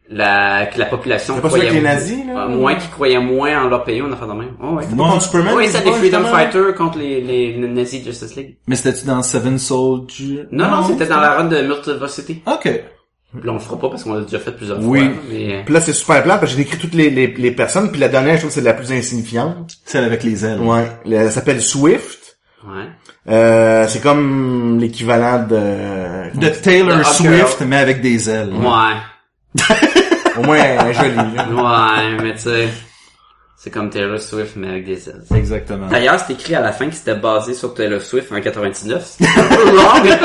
B: la que la population
C: C'est pas celui avec les nazis, là?
B: euh, moins qui croyait moins en leur pays, on a fait de même. Oh, ouais.
C: Pas contre Superman,
B: Oui,
C: c'est
B: ça des
C: pas,
B: Freedom
C: justement?
B: Fighters contre les, les nazis de Justice League.
A: Mais c'était-tu dans Seven Soldier?
B: Non, non, c'était dans la run de Multiversity.
A: Ok.
B: Puis on le fera pas parce qu'on l'a déjà fait plusieurs
A: Oui.
B: fois. Mais...
C: Puis là, c'est super plat parce que j'ai décrit toutes les, les, les personnes, puis la dernière, je trouve que c'est la plus insignifiante.
A: Celle avec les ailes.
C: Ouais. Elle s'appelle Swift.
B: Ouais.
C: Euh, c'est comme l'équivalent de...
A: De Taylor
B: Ah, ok.
A: Swift, mais avec des ailes.
B: Ouais.
C: Au moins, un joli. là.
B: Ouais, mais tu sais. C'est comme Taylor Swift, mais avec des ailes.
A: Exactement.
B: D'ailleurs, c'est écrit à la fin que c'était basé sur Taylor Swift en 99. C'était un peu wrong.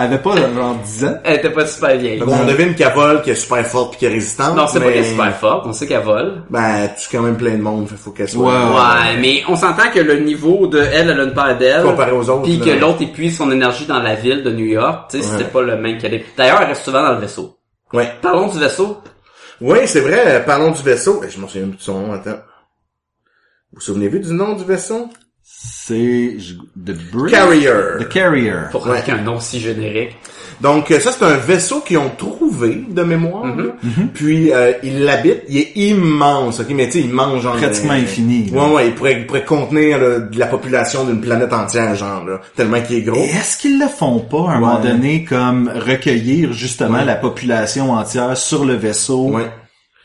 A: Elle avait pas genre 10 ans?
B: Elle était pas super vieille.
C: Donc, on devine qu'elle vole, qu'elle est super forte puis qu'elle est résistante.
B: Non, c'est pas
C: mais-
B: qu'elle est super forte. On sait qu'elle vole.
C: Ben, tu quand même plein de monde, fait faut qu'elle soit...
A: Ouais.
B: Ouais, mais on s'entend que le niveau de elle, elle a une paire d'ailes.
C: Comparé aux autres,
B: Puis
C: là.
B: que l'autre épuise son énergie dans la ville de New York. Tu sais,
C: Ouais.
B: c'était pas le même qu'elle est. D'ailleurs, elle reste souvent dans le vaisseau.
C: Ouais.
B: Parlons du vaisseau.
C: Oui, c'est vrai. euh, Parlons du vaisseau. Eh, Je m'en souviens plus de son nom, attends. Vous vous souvenez-vous du nom du vaisseau?
A: C'est... je- The Bridge?
C: Carrier.
A: The Carrier.
B: Pour
C: Ouais.
B: un nom si générique.
C: Donc, euh, ça, c'est un vaisseau qu'ils ont trouvé, de mémoire.
B: Mhm.
C: là. Puis, euh, ils l'habitent. Il est immense, OK? Mais tu sais, immense, genre...
A: Pratiquement
C: euh,
A: infini, là.
C: Ouais, ouais. Il pourrait, il pourrait contenir là, de la population d'une planète entière, genre, là. Tellement qu'il est gros.
A: Et est-ce qu'ils le font pas à un moment donné comme recueillir justement
C: Ouais.
A: la population entière sur le
B: oh!
A: vaisseau?
C: Ouais.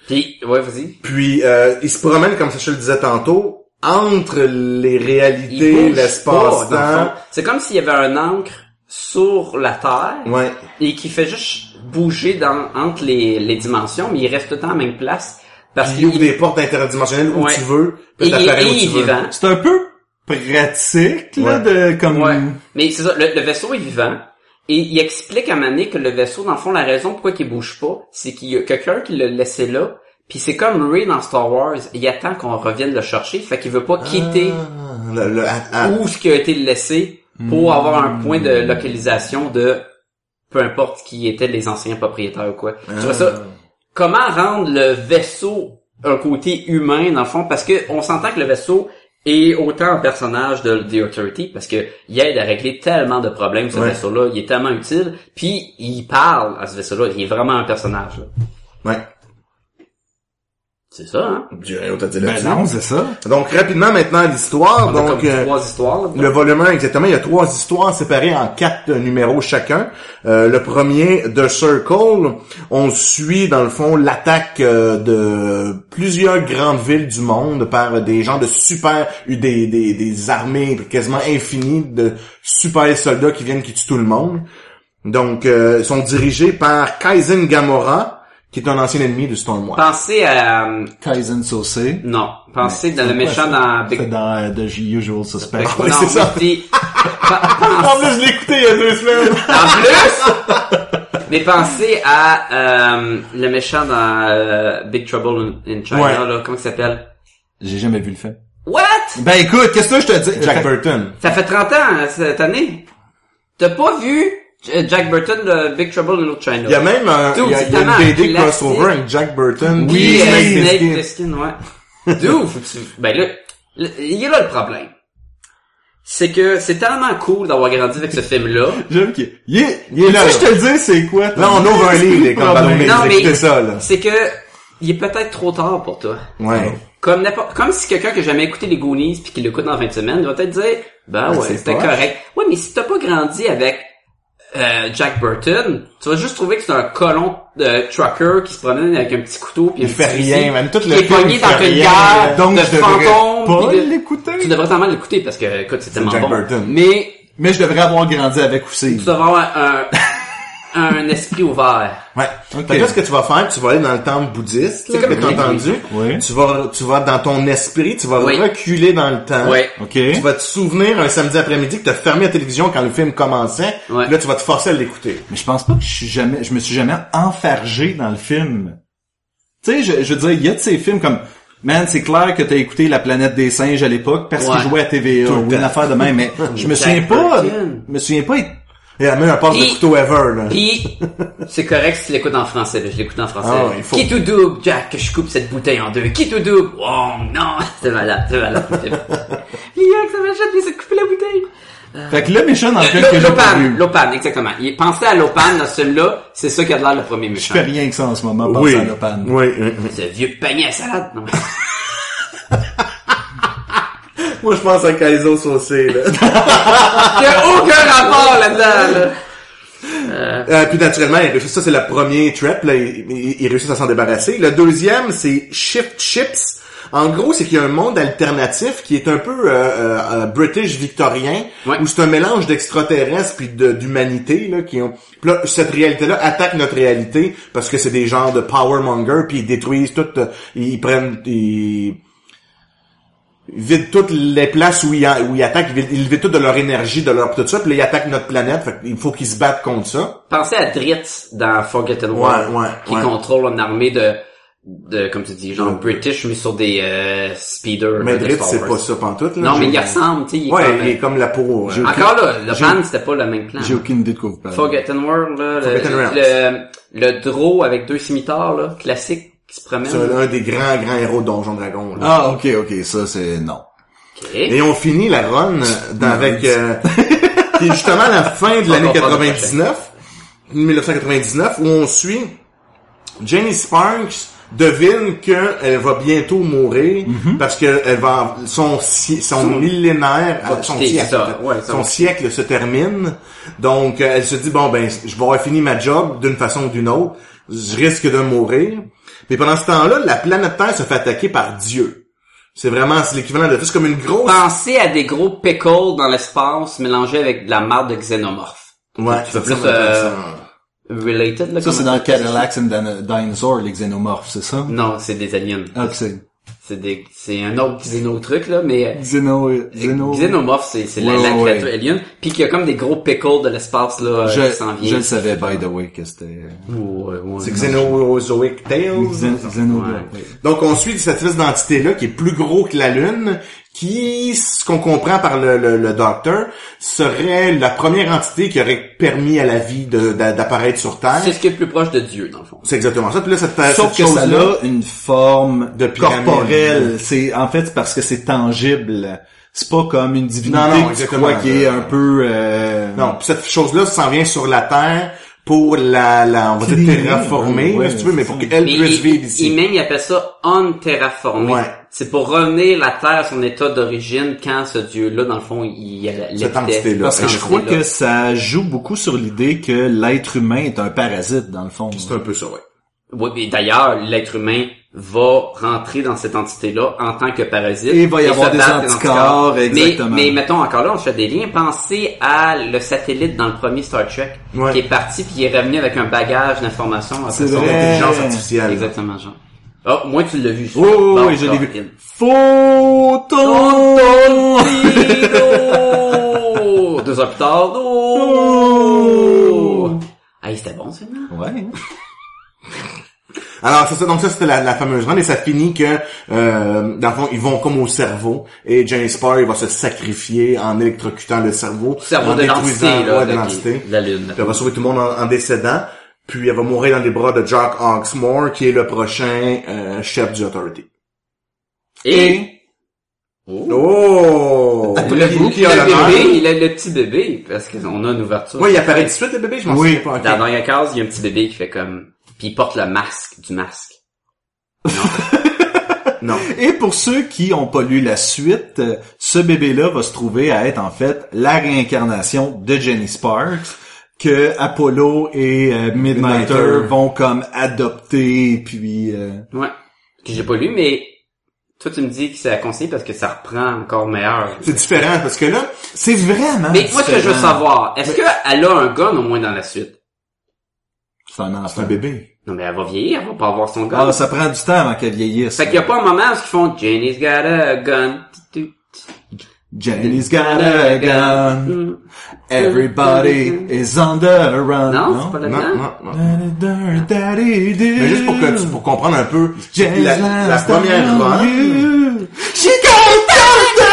B: Puis, ouais, vas-y.
C: Puis, euh, il se promène, comme je le disais tantôt, entre les réalités,
B: bouge pas, dans le
C: l'espace-temps.
B: fond. C'est comme s'il y avait un ancre sur la Terre
C: Ouais.
B: et qui fait juste bouger dans, entre les, les dimensions, mais il reste tout le temps à la même place parce
C: Il
B: qu'il
C: ouvre des portes interdimensionnelles où
B: Ouais.
C: tu veux.
B: et
C: Puis
B: il est,
C: t'apparais où
B: et
C: tu
B: il est
C: veux.
B: vivant.
A: C'est un peu pratique, là, de comme...
B: Ouais. Mais c'est ça, le, le vaisseau est vivant. Et il explique à Mané que le vaisseau, dans le fond, la raison pourquoi il bouge pas, c'est qu'il y a quelqu'un qui l'a laissé là. Puis c'est comme Ray dans Star Wars, il attend qu'on revienne le chercher, fait qu'il veut pas quitter
C: Ah, le- le- ah, Hmm. ah.
B: où ce qui a été laissé pour avoir un point de localisation de peu importe qui étaient les anciens propriétaires ou quoi. Tu vois ça? Comment rendre le vaisseau un côté humain dans le fond? Parce que on s'entend que le vaisseau est autant un personnage de The Authority parce que il aide à régler tellement de problèmes ce
C: Ouais.
B: vaisseau-là, il est tellement utile, puis il parle à ce vaisseau-là, il est vraiment un personnage. là.
C: Ouais.
B: C'est ça, hein?
C: J'ai rien d'autre à dire
A: Ben
C: là-dessus.
A: non, c'est ça.
C: Donc, rapidement, maintenant, l'histoire.
B: On a
C: Donc,
B: comme
C: euh,
B: trois histoires. là.
C: le volume 1, exactement, il y a trois histoires séparées en quatre euh, numéros chacun. Euh, le premier, The Circle, on suit, dans le fond, l'attaque euh, de plusieurs grandes villes du monde par des gens de super... des, des, des armées quasiment infinies de super soldats qui viennent qui tuent tout le monde. Donc, euh, ils sont dirigés par Kaizen Gamora, qui est un ancien ennemi de Stormwatch.
B: Pensez à... euh,
A: Kaizen Sosé.
B: Non. Pensez dans le méchant dans Big
A: C'est dans euh, The Usual Suspect.
B: Fait que
C: ouais,
B: non,
C: c'est ça.
B: mais t'es-
C: En plus, Ah, je l'ai écouté il y a deux semaines.
B: En plus, mais pensez à euh, le méchant dans euh, Big Trouble in in China,
C: Ouais.
B: là, comment il s'appelle?
A: J'ai jamais vu le film.
B: What?
A: Ben écoute, qu'est-ce que je te dis?
C: Jack
A: Fait-
C: Burton.
B: Ça fait 30 ans hein, cette année. T'as pas vu J- Jack Burton de Big Trouble in Little China?
C: Il y a même un,
B: Dude,
C: il y a, il y a
B: c'est
C: une BD
B: tellement classique.
C: crossover avec Jack Burton.
B: oui,
C: puis
B: euh,
C: Snake
B: Snake
C: Plissken.
B: Plissken, ouais. D'où? faut que tu- Ben là, le- il est là le problème. C'est que c'est tellement cool d'avoir grandi avec ce film-là.
A: J'aime qu'il il est, il est
C: là,
A: là.
C: là.
A: Je te le dis, c'est quoi?
C: Là, on ouvre un livre, les
A: Problème.
C: compagnons.
B: Non, mais-
C: Écoutez ça, là.
B: C'est que il est peut-être trop tard pour toi.
C: Ouais.
B: Comme n'importe, comme si quelqu'un qui a jamais écouté les Goonies puis qui l'écoute dans 20 semaines, il va peut-être dire, ben
C: Ben,
B: ouais,
C: c'est
B: c'était
C: poche.
B: correct. Ouais, mais si t'as pas grandi avec euh, Jack Burton, tu vas juste trouver que c'est un colon de trucker qui se promène avec un petit couteau puis
C: Il
B: un
C: fait
B: petit
C: rien,
B: fusil,
C: man. Tout
B: qui
C: le
B: est
C: film,
B: pogné
C: il
B: dans
C: fait
B: une
C: rien,
B: guerre
A: Donc,
B: de
A: je devrais
B: fantômes.
A: pas
B: puis de-
A: l'écouter.
B: Tu devrais vraiment l'écouter parce que, écoute, c'est tellement
C: Jack
B: bon.
C: Burton.
B: Mais
A: Mais je devrais avoir grandi avec aussi.
B: tu devrais avoir un, un esprit ouvert.
C: Ouais.
A: Ok.
C: Fait que là, ce que tu vas faire, tu vas aller dans le temple bouddhiste, là,
B: C'est
C: que
B: comme
C: t'as
B: une
C: entendu.
B: église.
A: Oui.
C: Tu vas, tu vas dans ton esprit, tu vas
B: Oui.
C: reculer dans le temps.
B: Ouais.
A: OK.
C: Tu vas te souvenir un samedi après-midi que t'as fermé la télévision quand le film commençait.
B: Ouais.
C: Puis Là, tu vas te forcer à l'écouter.
A: Mais je pense pas que je suis jamais, je me suis jamais enfargé dans le film. Tu sais, je, je veux dire, il y a de ces films comme, man, c'est clair que t'as écouté La Planète des Singes à l'époque parce
B: Ouais.
A: qu'il jouait à TVA
C: le
A: ou
C: temps.
A: une affaire de même, mais je me
B: Jack
A: souviens pas,
B: Burton.
A: je me souviens pas être
C: Et la meilleure passe de
B: Et-
C: couteau ever, là.
B: Puis, c'est correct si tu l'écoutes en français, là. Je l'écoute en français.
C: Ah ouais, il faut.
B: Qui tout double, Jack, que je coupe cette bouteille en deux. Qui tout double?
C: Ah.
B: Oh, non! C'est malade, c'est malade. Lien, ça m'achète, mais c'est couper la bouteille.
A: Fait que le méchant dans lequel que j'ai pas
B: L'Opan,
A: vu.
B: l'Opan, exactement. Il- Pensez à l'Opan dans ce film-là, c'est ça qui a de l'air le premier
A: Je
B: méchant.
A: fais rien que ça en ce moment, penser
C: Oui.
A: à Lopan.
C: Oui, oui, oui.
B: Ce vieux panier à salade. Non.
C: Moi, je pense à Kaizo saucé, là.
B: Il y a aucun rapport là-dedans, là.
C: Euh, puis naturellement, il réussit, ça c'est le premier trap, là, il, il- il réussit à s'en débarrasser. Le deuxième, c'est Shift Chips. En gros, c'est qu'il y a un monde alternatif qui est un peu euh, euh, euh, British victorien,
B: Ouais.
C: où c'est un mélange d'extraterrestres puis de- d'humanité là, qui ont. Puis là, cette réalité-là attaque notre réalité parce que c'est des genres de powermonger puis ils détruisent tout, euh, ils prennent, ils vident toutes les places où ils, en- où ils attaquent, ils vident, ils vident tout de leur énergie, de leur tout ça, puis là, ils attaquent notre planète. Fait qu'il faut qu'ils se battent contre ça.
B: Pensez à Dritz dans Forgotten
C: Ouais,
B: World,
C: ouais,
B: qui
C: ouais.
B: contrôle une armée de, de, comme tu dis, genre British, mais sur des euh, speeders.
C: Mais
B: là, de
C: Drift,
B: Star
C: c'est
B: Wars.
C: pas ça pantoute, là.
B: Non, mais
C: J'ai-
B: il ressemble, tu sais. il est
C: Ouais,
B: comme, euh,
C: il est comme la peau.
A: J'ai-
C: hein.
B: Encore là, le
A: J'ai-
B: pan, c'était pas le même plan.
A: J'ai aucune idée de quoi vous parlez.
B: Forgotten World, là, le,
C: Forgotten Realms.
B: le, le draw avec deux cimitaires, là, classique, qui se promène.
C: C'est un des grands, grands héros de Donjon Dragon, là.
A: Ah, ok, ok, ça c'est, non.
B: Ok.
C: Et on finit la run euh, dans- avec, euh, qui est justement la fin de l'année
B: Encore pas de
C: 99, 1999, où on suit Jenny Sparks devine qu'elle va bientôt mourir
B: Mhm.
C: parce que elle va son si- son millénaire
B: Va
C: son
B: quitter
C: siècle
B: Ah, ça, ouais, ça
C: son
B: va.
C: siècle se termine donc euh, elle se dit bon ben je vais avoir fini ma job d'une façon ou d'une autre je risque de mourir mais pendant ce temps-là la planète Terre se fait attaquer par Dieu c'est vraiment c'est l'équivalent de tout c'est comme une grosse
B: Pensez à des gros pickles dans l'espace mélangés avec de la marde de xénomorphe.
C: ouais c'est
B: peux plus,
C: ça,
B: euh,
C: ça.
B: Related, là.
A: Ça
B: comment-
A: c'est dans Cadillacs and Dino- Dinosaur, les xénomorphes, c'est ça?
B: Non, c'est des aliens.
A: Ah, c'est
B: C'est des, c'est un autre xéno-truc, là, mais...
A: xéno, xéno.
B: Xenomorph, c'est, c'est la,
A: Ouais,
B: la
A: ouais,
B: créature
A: ouais.
B: alien. Puis qu'il y a comme des gros pickles de l'espace, là, euh, qui s'en
A: Je, je
B: viennent.
A: le savais, by the way, que c'était... euh,
B: Ouais, ouais,
C: c'est
B: non.
C: Xenozoic Tales
A: Xen- Xeno,
B: Ouais.
A: ouais.
C: Donc on suit cette espèce d'entité-là qui est plus gros que la Lune, qui, ce qu'on comprend par le, le, le Docteur, serait la première entité qui aurait permis à la vie de- d'a- d'apparaître sur Terre.
B: C'est ce qui est le plus proche de Dieu, dans le fond.
C: C'est exactement ça. Puis là, cette, cette
A: Sauf que ça
C: chose-là,
A: a Euh, une forme
C: De pyramide.
A: corporelle. C'est en fait c'est parce que c'est tangible. C'est pas comme une divinité
C: Non, non,
A: que tu
C: exactement.
A: crois qui est un peu. euh,
C: non, puis cette chose-là s'en vient sur la Terre pour la, la on va
A: C'est
C: dire
A: des-
C: terraformer,
A: ouais,
C: là, si tu veux, mais pour
A: c'est-
C: qu'elle
B: Mais
C: puisse
B: il,
C: vivre
B: il,
C: ici.
B: il- même, il appelle ça on terraformé.
C: Ouais.
B: C'est pour revenir la Terre à son état d'origine quand ce dieu-là, dans le fond, il il
C: Cette
B: l'habitait.
C: entité-là.
A: Parce que je
B: Cette
A: crois
B: entité-là.
A: que ça joue beaucoup sur l'idée que l'être humain est un parasite dans le fond.
C: C'est un peu ça, ouais.
B: Oui, mais d'ailleurs, l'être humain va rentrer dans cette entité-là en tant que parasite.
A: Et il va y avoir
B: se
A: des
B: battre
A: anticorps, exactement.
B: Mais, mais mettons encore là, on se fait des liens. Pensez à le satellite dans le premier Star Trek
C: Ouais.
B: qui est parti puis qui est revenu avec un bagage d'informations. après
A: C'est
B: ça.
A: vrai.
C: L'intelligence artificielle.
B: Exactement, Jean. Ah, moi tu l'as vu. ça.
A: Oui, oui, oui,
B: Bon,
A: oui, je l'ai vu.
B: Corinne.
A: Photon.
B: Tontido! Deux heures plus tard,
A: Oh!
B: no! Hey, c'était bon, celui-là?
A: Ouais.
C: Alors c'est ça, donc ça c'était la, la fameuse run et ça finit que euh, dans le fond ils vont comme au cerveau et James Parr il va se sacrifier en électrocutant le cerveau,
B: Cerveau
C: en
B: de l'entité,
C: détruisant-
B: là.
C: ouais,
B: de
C: de
B: qui-
C: l'entité.
B: de la lune.
C: Puis elle va sauver tout le monde en, en décédant, puis elle va mourir dans les bras de Jack Hawksmore qui est le prochain euh, chef du Authority.
B: Et, oh.
C: Oh!
B: le,
C: Qui- qui a l'honneur?
B: bébé, il a le petit bébé, parce qu'on a une ouverture.
C: Ouais, il apparaît tout de suite le bébé, je m'en
A: Oui.
C: souviens
B: Dans
C: pas.
B: la
C: ok.
B: dernière case, il y a un petit bébé qui fait comme... Puis il porte le masque du masque. Non.
C: Non.
A: Et pour ceux qui ont pas lu la suite, euh, ce bébé-là va se trouver à être en fait la réincarnation de Jenny Sparks que Apollo et euh, Midnighter,
C: Midnighter.
A: vont comme adopter puis euh,
B: ouais. Que j'ai pas lu, mais... Toi, tu me dis que c'est à conseiller parce que ça reprend encore meilleur.
C: C'est différent parce que là,
A: c'est vraiment
B: Mais moi, ce que je veux
A: différent.
B: savoir, est-ce qu'elle a un gun au moins dans la suite?
A: c'est un enfant.
C: c'est un bébé.
B: Non, mais elle va vieillir, elle va pas avoir son gun.
A: Ah, ça prend du temps avant qu'elle vieillisse.
B: fait qu'il y a pas un moment où ils font Jenny's got a gun.
A: Jenny's got a gun.
B: Mm.
A: Everybody is on the run.
B: Non, c'est pas la
C: Non,
B: gun.
C: non, non. Mais
A: Mais
C: juste pour que tu, pour comprendre un peu
A: Just
C: la, la
A: last
C: première
A: time
C: run.
A: you- She got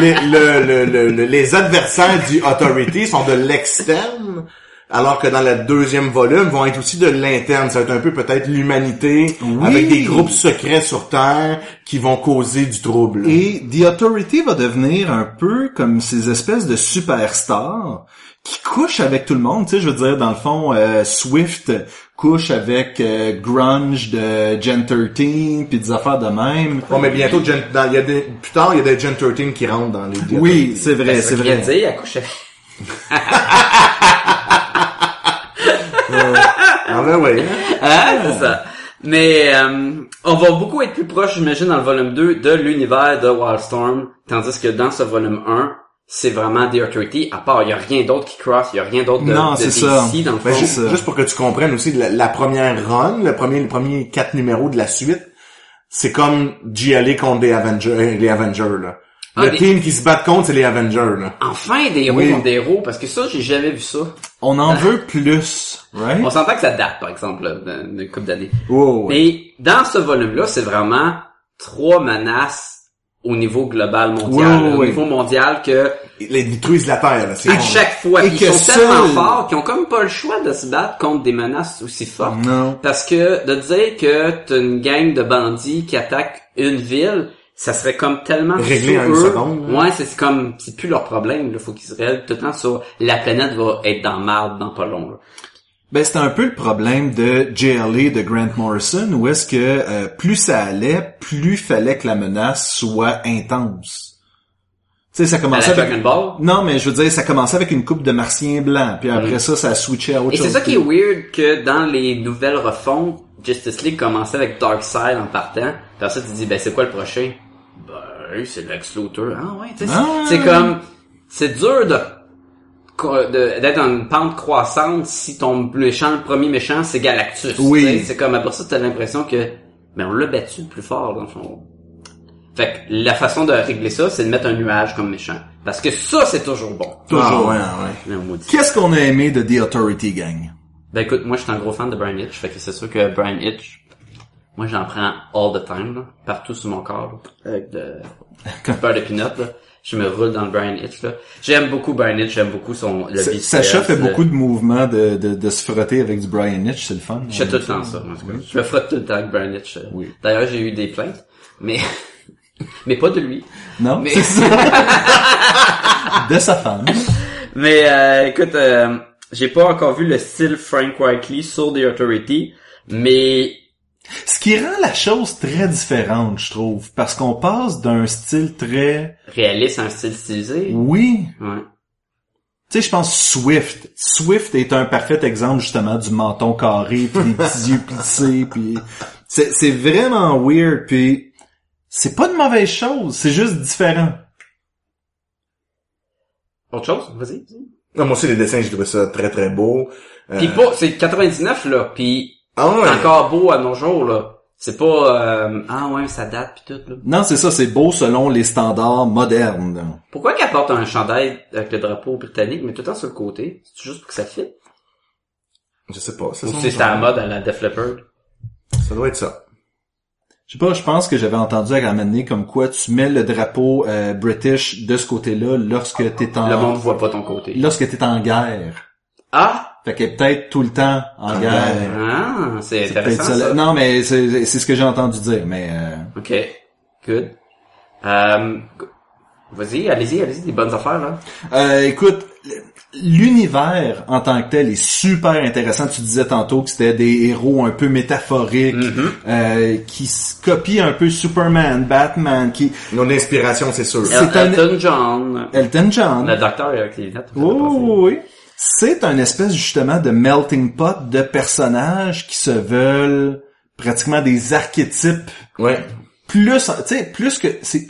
C: les, le- le- le- le- les adversaires du Authority sont de l'externe. alors que dans le deuxième volume vont être aussi de l'interne. Ça va être un peu peut-être l'humanité
A: Oui.
C: avec des groupes secrets sur Terre qui vont causer du trouble.
A: Et The Authority va devenir un peu comme ces espèces de superstars qui couchent avec tout le monde. Tu sais, je veux dire, dans le fond, euh, Swift couche avec euh, Grunge de Gen 13, puis des affaires de même.
C: Bon, Oh, mais bientôt, Gen- dans- il y a des- plus tard, il y a des Gen 13 qui rentrent dans les...
A: Oui, c'est vrai, Eh, c'est vrai.
B: dire, elle couche avec-
C: Ah ben oui.
B: Ah, c'est ça. Mais euh, on va beaucoup être plus proche, j'imagine, dans le volume 2 de l'univers de Wildstorm, tandis que dans ce volume 1, c'est vraiment The Authority, à part, il n'y a rien d'autre qui cross, il n'y a rien d'autre de,
A: Non,
B: de
A: c'est
B: DC,
A: ça.
B: dans le fond.
C: Ben,
A: C'est
C: juste,
A: ça.
C: juste pour que tu comprennes aussi la, la première run, le premier, les premiers quatre numéros de la suite, c'est comme GLA contre des Avengers, euh, les Avengers, là.
B: Ah,
C: le
B: des-
C: team qui se bat contre, c'est les Avengers, là.
B: Enfin, des héros
C: Oui.
B: contre des héros, parce que ça, j'ai jamais vu ça.
A: On en veut plus, right?
B: On s'entend que ça date, par exemple, là, d'une d'une couple d'années.
A: Wow.
B: Mais dans ce volume-là, c'est vraiment trois menaces au niveau global mondial,
A: Oui, oui,
B: là, au
A: oui.
B: niveau mondial que
C: Ils les détruisent la Terre, là. C'est
B: à chaque fois,
A: Et
B: ils
A: que
B: sont tellement
A: seul-
B: forts qu'ils ont comme pas le choix de se battre contre des menaces aussi fortes.
C: Mm.
A: Non.
B: Parce que de dire que t'as une gang de bandits qui attaque une ville, ça serait comme tellement
C: Réglé
B: sur
C: en une
B: eux.
C: seconde, hein. là.
B: Ouais, c'est c'est comme c'est plus leur problème. Il faut qu'ils se règlent tout le temps sur la planète va être dans marde dans pas long. là.
A: Ben c'était un peu le problème de JLA de Grant Morrison où est-ce que euh, plus ça allait, plus fallait que la menace soit intense. Tu sais, ça
B: À
A: commençait
B: la
A: avec
B: Dragon Ball.
A: Non, mais je veux dire, ça commençait avec une coupe de martiens blancs, puis après ça, ça switchait à autre
B: Mm. Et
A: chose.
B: c'est ça qui est weird que dans les nouvelles refontes, Justice League commençait avec Darkseid en partant. Puis après ça, tu dis, ben c'est quoi le prochain? Ben, c'est Lex Luthor. Ah ouais, tu sais, c'est-
A: Ah.
B: c'est comme, c'est dur de co- de- d'être dans une pente croissante si ton méchant, le premier méchant, c'est Galactus.
A: Oui.
B: Tu sais, C'est comme, après ça, t'as l'impression que, ben on l'a battu le plus fort, dans le fond. Fait que la façon de régler ça, c'est de mettre un nuage comme méchant. Parce que ça, c'est toujours bon.
A: Toujours.
C: Ah, ouais, ouais.
B: Mais on maudit.
A: Qu'est-ce qu'on a aimé de The Authority Gang?
B: Ben écoute, moi je suis un gros fan de Brian Hitch, fait que c'est sûr que Brian Hitch, moi j'en prends all the time, là, partout sur mon corps, là, avec de du beurre de peanut, là. Je me roule dans le Brian Hitch, là. J'aime beaucoup Brian Hitch, j'aime beaucoup son... Le
A: Sa-
B: biceps,
A: Sacha fait
B: le-
A: beaucoup de mouvements de, de, de se frotter avec du Brian Hitch, c'est le fun.
B: Je fais tout le temps ça, en tout cas. Je me frotte tout le temps avec Brian Hitch. euh.
A: Oui.
B: D'ailleurs, j'ai eu des plaintes, mais... mais pas de lui.
A: Non?
B: Mais-
A: C'est ça. de sa femme.
B: Mais euh, écoute, euh, j'ai pas encore vu le style Frank Whiteley sur The Authority, mais
A: Ce qui rend la chose très différente, je trouve, parce qu'on passe d'un style très...
B: réaliste, un style stylisé.
A: Oui,
B: Ouais.
A: Tu sais, je pense Swift. Swift est un parfait exemple justement du menton carré, puis des petits yeux plissés, puis c'est c'est vraiment weird, puis c'est pas de mauvaise chose, c'est juste différent.
B: Autre chose? Vas-y. vas-y.
C: Non, moi aussi, les dessins, j'ai trouvé ça très, très beau. Euh,
B: Pis pas, c'est 99 là, pis
C: ah, ouais.
B: c'est encore beau à nos jours là. C'est pas euh, ah ouais ça date pis tout là.
A: Non, c'est ça, c'est beau selon les standards modernes.
B: Pourquoi qu'elle porte un chandail avec le drapeau britannique mais tout le temps sur le côté C'est juste pour que ça fit
C: Je sais pas.
B: Ou
C: ça,
B: c'est
C: ça,
B: à la mode à la Def Leppard
C: ça doit être ça.
A: Je sais pas, je pense que j'avais entendu à ramener comme quoi tu mets le drapeau euh, british de ce côté-là lorsque t'es
B: Le
A: en
B: monde voit pas ton côté.
A: lorsque t'es en guerre.
B: Ah
A: Fait qu'elle est peut-être tout le temps en
C: En
A: guerre.
C: guerre.
B: ah c'est
A: C'est peut-être
B: intéressant
A: ça,
B: ça.
A: là. Non, mais c'est c'est ce que j'ai entendu dire, mais euh,
B: Ok good. Euh, vas-y allez-y allez-y des bonnes affaires là.
A: Euh, écoute, l'univers en tant que tel est super intéressant. Tu disais tantôt que c'était des héros un peu métaphoriques
B: Mm-hmm.
A: euh, qui se copient un peu Superman, Batman, qui
C: Nos inspirations, c'est sûr.
B: Euh.
A: C'est un-
B: Elton John
A: Elton John.
B: le docteur avec les lunettes.
A: Oui, oui, oui. C'est un espèce justement de melting pot de personnages qui se veulent pratiquement des archétypes
C: Ouais.
A: plus tu sais plus que c'est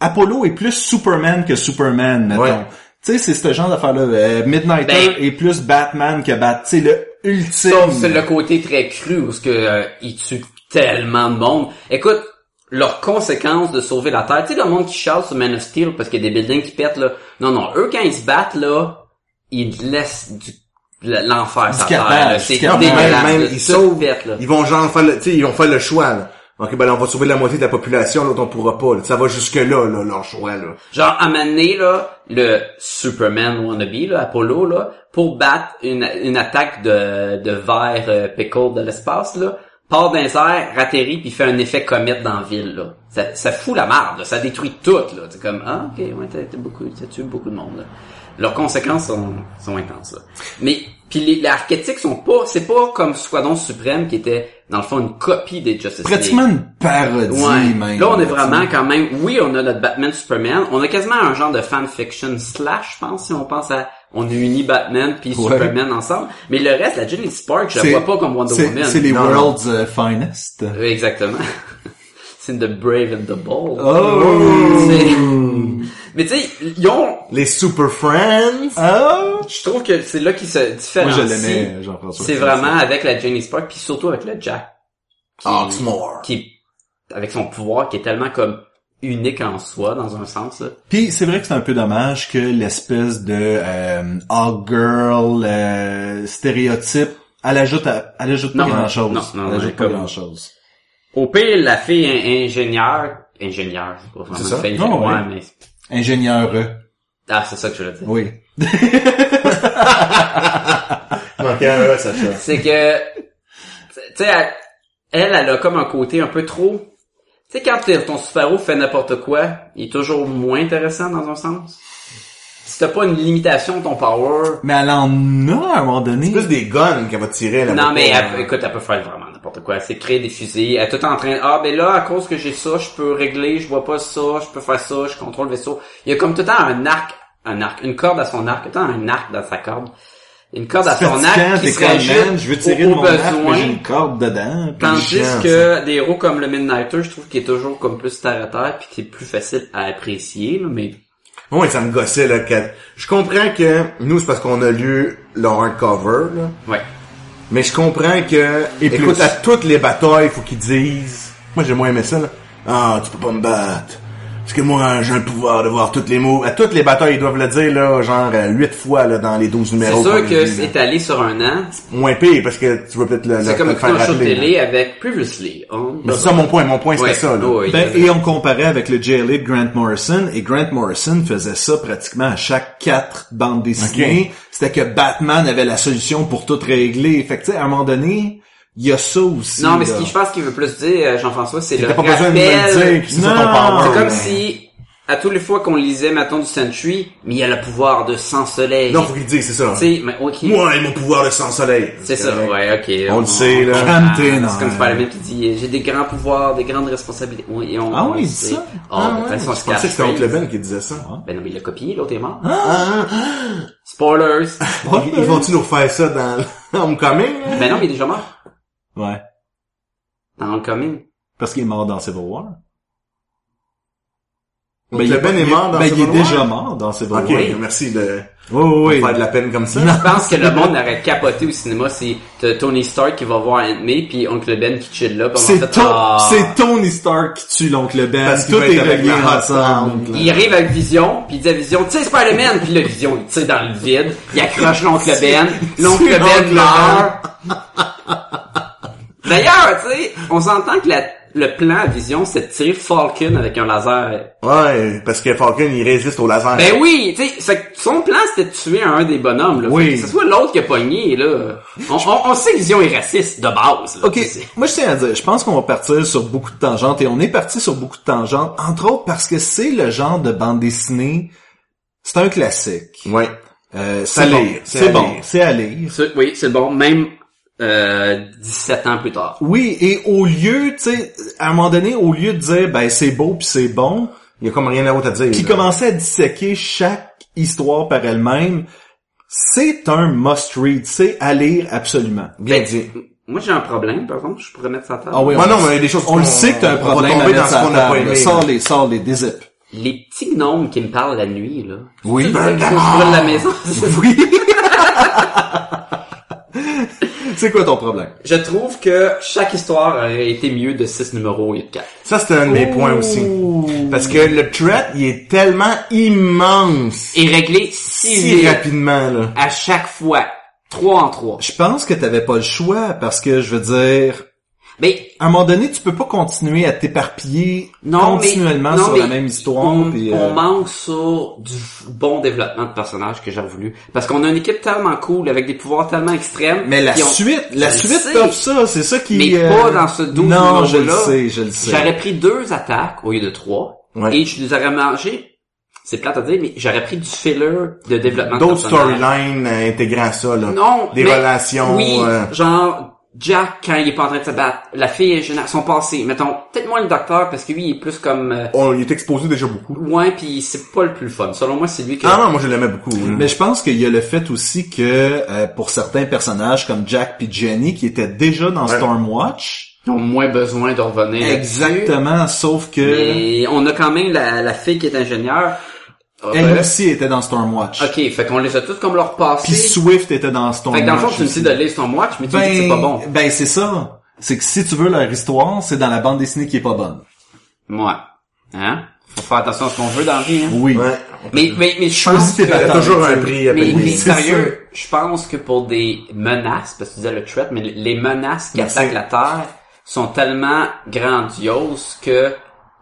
A: Apollo est plus Superman que Superman mettons.
C: Ouais.
A: Tu sais c'est ce genre d'affaire là Midnighter
B: Ben-
A: est plus Batman que Bat, tu sais le ultime.
B: Sauf c'est le côté très cru où ce que euh, ils tuent tellement de monde. Écoute, leurs conséquences de sauver la Terre, tu sais le monde qui chasse sur Man of Steel parce qu'il y a des buildings qui pètent là. Non non, eux quand ils se battent là, ils laissent du l'enfer sur la Terre.
A: carnage,
B: là.
A: du
B: C'est
A: carnage.
B: dégueulasse.
C: Même-
B: là.
C: même, ils
B: Tout
C: sauvent-
B: pète, là.
C: Ils vont genre faire le, tu sais, ils vont faire le choix, là. Ok, ben là, on va sauver la moitié de la population, l'autre on pourra pas. là. Ça va jusque-là, là, leur choix, là.
B: Genre, à un moment donné, là, le Superman wannabe, là, Apollo, là, pour battre une, une attaque de, de verre euh, pickle de l'espace, là, part d'un air, atterrit, puis fait un effet comète dans la ville, là. Ça, ça fout la merde, là, ça détruit tout, là. C'est comme, ah, ok, ouais, t'as t'as beaucoup, t'as tué beaucoup de monde, là. Leurs conséquences sont, sont intenses, là. Mais, puis les, les archétypes sont pas, c'est pas comme Squadron Suprême qui était, dans le fond, une copie des Justice League.
A: Pratiquement une parodie,
B: Ouais.
A: même.
B: Là, on est
A: tu sais.
B: vraiment quand même... Oui, on a notre Batman Superman. On a quasiment un genre de fanfiction slash, je pense, si on pense à... On a uni Batman puis
A: Ouais.
B: Superman ensemble. Mais le reste, la Jenny Spark, je la
A: C'est-
B: vois pas comme Wonder
A: c'est-
B: Woman.
A: C'est les
B: Non, non.
A: World's euh, Finest.
B: Oui, Exactement. c'est The Brave and the Bold.
A: Oh!
B: C'est- Mais tu sais, ils ont...
C: Les Super Friends.
A: Oh!
B: Je trouve que c'est là qu'ils se
A: Moi, je
B: différencient.
A: l'aimais, Jean-François.
B: C'est vraiment avec la Jenny Spark puis surtout avec le Jack.
C: Oxmoor.
B: qui avec son pouvoir qui est tellement comme unique en soi dans un sens là.
A: Puis c'est vrai que c'est un peu dommage que l'espèce de euh, all girl euh, stéréotype, elle ajoute, à- elle ajoute pas
B: Non,
A: grand chose.
B: non, non,
A: elle ajoute
B: mais
A: pas
B: comme-
A: grand chose.
B: Au pire, la fille in- ingénieure, ingénieure, c'est pas vraiment
C: C'est ça?
B: une fille,
A: Oh,
B: ouais,
A: ouais.
B: mais
A: Ingénieur, euh,
B: ah, c'est ça que je voulais dire.
A: oui.
C: Ok, ouais, E, ça fait.
B: C'est que tu sais elle, elle elle a comme un côté un peu trop tu sais, quand t'es- ton super-héros fait n'importe quoi, il est toujours moins intéressant dans un sens. Si t'as pas une limitation de ton power,
A: Mais elle en a à un moment donné.
C: C'est plus des guns qu'elle va tirer, là.
B: Non, mais
C: pas,
B: elle- écoute, elle peut faire vraiment n'importe quoi. C'est créer des fusils. Elle est tout en train... Ah, ben là, à cause que j'ai ça, je peux régler, je vois pas ça, je peux faire ça, je contrôle le vaisseau. Il y a comme tout le temps un arc, un arc, une corde à son arc, tout le temps un arc dans sa corde. Une corde à son
A: Fatigant,
B: arc qui
A: t'es
B: se
A: comme,
B: rajoute
A: Man, je veux tirer de
B: au
A: mon arc, mais
B: besoin.
A: j'ai une hein. corde dedans. puis
B: Tandis
C: gens,
B: que des héros comme le Midnighter, je trouve qu'il est toujours comme plus terre à terre puis qu'il est plus facile à apprécier, là, mais...
C: Ouais, ça me gossait, là. Quand... Je comprends que, nous, c'est parce qu'on a lu leur hardcover, là.
B: Ouais.
C: Mais je comprends que,
A: Et
C: écoute,
A: plus.
C: à toutes les batailles, faut qu'ils disent, moi j'ai moins aimé ça, là. Ah, tu peux pas me battre. Parce que moi, j'ai un pouvoir de voir toutes les mots. À toutes les batailles, ils doivent le dire, là, genre, euh, huit fois, là, dans les 12
B: C'est
C: numéros. qu'on
B: sûr
C: a
B: que
C: lus, là.
B: c'est allé sur un an.
C: moins pire, parce que tu veux peut-être le,
B: C'est
C: le-
B: comme
C: le
B: écouter un show de
C: rappeler,
A: hein.
C: là.
B: télé avec Previously. hein. on-
C: Mais c'est ça mon point, mon point,
B: Ouais.
C: c'était ça, là.
B: Oh, oui.
A: Ben, et on comparait avec le JLA de Grant Morrison, et Grant Morrison faisait ça pratiquement à chaque quatre bandes dessinées. C'était que Batman avait la solution pour tout régler. Fait que, tu sais, à un moment donné, il y a ça aussi.
B: Non, mais ce
A: là.
B: qui je pense qu'il veut plus dire, euh, Jean-François, c'est le
C: T'as pas
B: rappel.
C: besoin de me le dire, que c'est ça ton
A: Non,
C: power,
B: C'est
C: là.
B: comme si, à tous les fois qu'on lisait, mettons, du Century, mais il y a le pouvoir de sans soleil.
C: Non, faut qu'ils disent, c'est ça.
B: Tu sais, mais ok.
C: Moi, et mon pouvoir de sans soleil.
B: C'est ça, ouais, ok.
C: On le sait, là.
B: Ah,
A: Cramté, non,
B: c'est comme
A: hein.
B: Spider-Man qui dit, j'ai des grands pouvoirs, des grandes responsabilités. Oui, et on,
A: Ah
B: on
A: oui,
B: le
A: il dit
B: sait.
A: ça?
B: Oh, ben,
C: ouais.
B: c'est son
C: Je pensais que c'était Oncle
B: catchphrase.
C: Ben qui disait ça.
B: Ben non, mais il l'a copié, l'autre est mort.
C: Ah, ah,
B: Spoilers.
A: Ouais.
C: Ils, ils vont-tu nous refaire ça dans Homecoming? là?
B: ben non, mais il est déjà mort.
A: Ouais.
B: Dans Homecoming.
A: Parce qu'il est mort dans Civil War.
C: Donc, le Ben est mort dans
A: Ben,
C: Civil
A: il est
C: War?
A: déjà mort dans Civil
C: Ok,
A: War.
C: merci de
A: Oh,
C: de
A: oui.
C: faire de la peine comme ça.
B: Je pense que le monde aurait capoté au cinéma si t'as Tony Stark qui va voir Ant-Man puis Oncle Ben qui chill là. puis on
A: C'est
B: fait,
A: ton-
B: Ah.
A: c'est Tony Stark qui tue l'oncle Ben.
C: Parce qu'il
A: tout
C: va être
A: est
C: avec
A: relié
C: la
A: ensemble.
C: ensemble.
B: Il arrive avec Vision, puis il dit à Vision, tu sais Spider-Man, puis le Vision, il tire dans le vide, il accroche l'oncle Ben, l'oncle
C: c'est
B: Ben
C: l'oncle
B: meurt.
A: Ben.
B: D'ailleurs, tu sais, on s'entend que la- le plan à Vision, c'est de tirer Falcon avec un laser.
C: Ouais, parce que Falcon, il résiste au laser.
B: Ben oui, tu sais, fait que son plan c'était de tuer un des bonhommes, là.
A: Oui.
B: Fait Que ce soit l'autre qui a pogné, là. On, on- on sait que Vision est raciste de base, là.
A: Ok, moi je tiens à dire, je pense qu'on va partir sur beaucoup de tangentes et on est parti sur beaucoup de tangentes, entre autres parce que c'est le genre de bande dessinée, c'est un classique.
C: Ouais.
A: Euh,
C: C'est à
A: c'est bon,
C: lire, c'est
A: c'est
C: à
A: bon,
C: lire.
A: c'est à lire.
B: C'est- Oui, c'est bon, même euh, 17 ans plus tard.
A: Oui, et au lieu, tu sais, à un moment donné, au lieu de dire ben c'est beau puis c'est bon,
C: Il y a comme rien d'autre à dire.
A: puis
C: là.
A: commencer à disséquer chaque histoire par elle-même, c'est un must read, c'est à lire absolument.
C: Bien
B: Ben,
C: dit.
B: Moi j'ai un problème, par contre, je pourrais mettre ça à table.
A: Ah oui,
C: Ouais,
A: on-
C: non, mais il y a des choses
A: on
C: qu'on-
A: le sait que t'as un
C: on va
A: problème
C: tomber
A: à
C: dans
A: mettre
C: ce
A: sur
C: qu'on
A: la
C: n'a pas
A: table.
C: aimé,
A: Sors les, sors les, dézippe.
B: les petits gnomes qui me parlent la nuit, là.
A: Oui.
B: C'est ça qu'il faut que je brûle la maison.
A: Oui. c'est quoi ton problème?
B: je trouve que chaque histoire aurait été mieux de 6 numéros au lieu de 4.
C: Ça, c'est un de mes points aussi. Parce que le threat, il est tellement immense.
B: Et réglé si,
C: si
B: vite,
C: rapidement, là.
B: à chaque fois. 3 en 3.
A: Je pense que t'avais pas le choix parce que je veux dire,
B: Mais
A: À un moment donné, tu peux pas continuer à t'éparpiller
B: non, mais-
A: continuellement
B: non,
A: sur
B: mais
A: la même histoire.
B: On,
A: puis,
B: on
A: euh,
B: manque sur du bon développement de personnage que j'aurais voulu. Parce qu'on a une équipe tellement cool avec des pouvoirs tellement extrêmes.
A: Mais la
B: puis on-
A: suite, la
B: Je
A: suite
B: sais.
A: offre ça, c'est ça qui... euh,
B: Mais pas dans ce douze
A: Non,
B: numéro-là.
A: je le sais, je le sais.
B: J'aurais pris deux attaques au lieu de trois.
C: Ouais.
B: Et je les aurais mangé. C'est plate à dire, mais j'aurais pris du filler de
A: Oh.
B: développement de
C: D'autres
B: personnage.
C: storylines euh, intégrant ça, là.
B: Non.
C: Des
B: mais-
C: relations.
B: Oui,
C: euh,
B: genre, Jack, quand il est pas en train de se battre, la fille est générale, son passé. Mettons, peut-être moins le docteur, parce que lui, il est plus comme, euh,
C: on, il est exposé déjà beaucoup.
B: loin, puis c'est pas le plus fun. Selon moi, c'est lui que...
C: Ah non, moi je l'aimais beaucoup. là.
A: Mm. Mais je pense qu'il y a le fait aussi que euh, pour certains personnages comme Jack puis Jenny qui étaient déjà dans
C: Ouais.
A: Stormwatch,
B: Ils ont moins besoin de revenir. là-dessus.
A: exactement, sauf que
B: Mais on a quand même la, la fille qui est ingénieure. Ah,
A: elle
B: ben,
A: aussi était dans Stormwatch.
B: ok, fait qu'on les a tous comme leur passé.
A: Puis Swift était dans Stormwatch.
B: Fait que dans le fond, tu me
A: aussi.
B: dis de lire son watch, mais tu me dis que c'est
A: ben,
B: pas bon.
A: ben c'est ça. C'est que si tu veux leur histoire, c'est dans la bande dessinée qui est pas bonne.
B: Ouais. Hein? Faut faire attention à ce qu'on veut dans la vie, hein?
A: Oui.
C: Ouais.
B: Mais, mais, mais je
A: Choisis
B: pense
A: tes
B: que...
C: Il y a
A: batailles.
C: toujours un prix à
B: Mais,
C: payer.
B: mais
A: c'est
B: sérieux, je pense que pour des menaces, parce que tu disais le threat, mais les menaces qui
C: Merci.
B: attaquent la Terre sont tellement grandioses que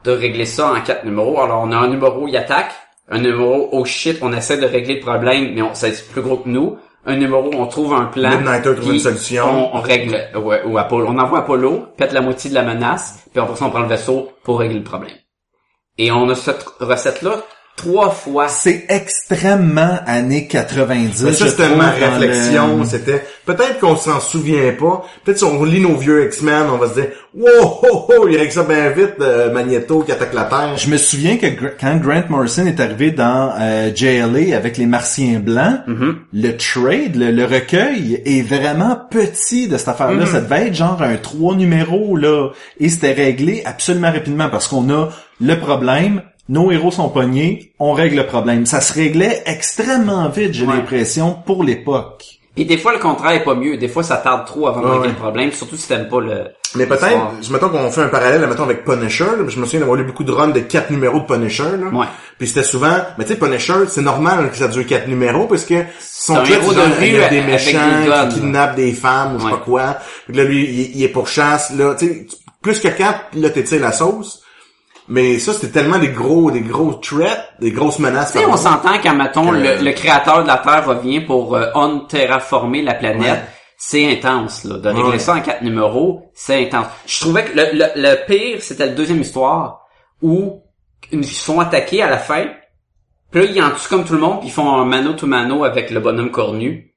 B: de régler ça en quatre numéros. Alors on a un numéro, il attaque. Un numéro, oh shit, on essaie de régler le problème, mais on, c'est plus gros que nous. Un numéro, on trouve un plan.
C: Midnighter trouve
B: puis
C: une solution.
B: On, on règle, ouais, ou Apollo. On envoie Apollo, pète la moitié de la menace, puis après ça, on prend le vaisseau pour régler le problème. Et on a cette recette-là trois fois.
A: C'est extrêmement années 90.
C: Mais Ben, ça,
A: je
C: c'était
A: trouve,
C: ma
A: dans le-
C: réflexion. C'était peut-être qu'on s'en souvient pas. Peut-être si on lit nos vieux X-Men, on va se dire Wow, ho, ho, il règle ça bien vite, euh, Magneto qui attaque la Terre.
A: Je me souviens que Gr- quand Grant Morrison est arrivé dans euh, JLA avec les Martiens Blancs,
B: Mm-hmm.
A: le trade, le, le recueil est vraiment petit de cette affaire-là.
B: Mm-hmm.
A: Ça devait être genre un trois numéros, là. Et c'était réglé absolument rapidement parce qu'on a le problème, nos héros sont pognés, on règle le problème. Ça se réglait extrêmement vite, j'ai
B: Ouais.
A: l'impression, pour l'époque.
B: Puis des fois, le contraire est pas mieux. Des fois, ça tarde trop avant de
C: Ouais,
B: régler
C: ouais.
B: le problème, surtout si t'aimes pas le...
C: Mais
B: l'histoire.
C: peut-être, je mettons qu'on fait un parallèle, mettons avec Punisher, là, je me souviens d'avoir lu beaucoup de runs de quatre numéros de Punisher, là.
B: Ouais.
C: Puis c'était souvent, mais tu sais, Punisher, c'est normal que ça dure quatre numéros, parce que son
B: un
C: truc,
B: héros
C: c'est
B: de
C: genre, il y
B: rue
C: a des
B: avec
C: méchants
B: des guns,
C: qui kidnappent des femmes, ou je sais
B: Ouais.
C: pas quoi. Puis là, lui, il, il est pour chasse, là, tu sais, tu- plus que quatre, là, t'étires la sauce. Mais ça, c'était tellement des gros, des gros threats, des grosses menaces.
B: Tu sais,
C: par
B: on
C: rapport.
B: s'entend qu'à mettons,
C: Euh,
B: le, le créateur de la Terre va venir pour euh, on terraformer la planète. C'est intense, là. De régler
C: Ouais.
B: ça en quatre numéros, c'est intense. Je trouvais que le, le- le pire, c'était la deuxième histoire, où ils se font attaquer à la fin, puis là, ils en tuent comme tout le monde, puis ils font un mano-to-mano avec le bonhomme cornu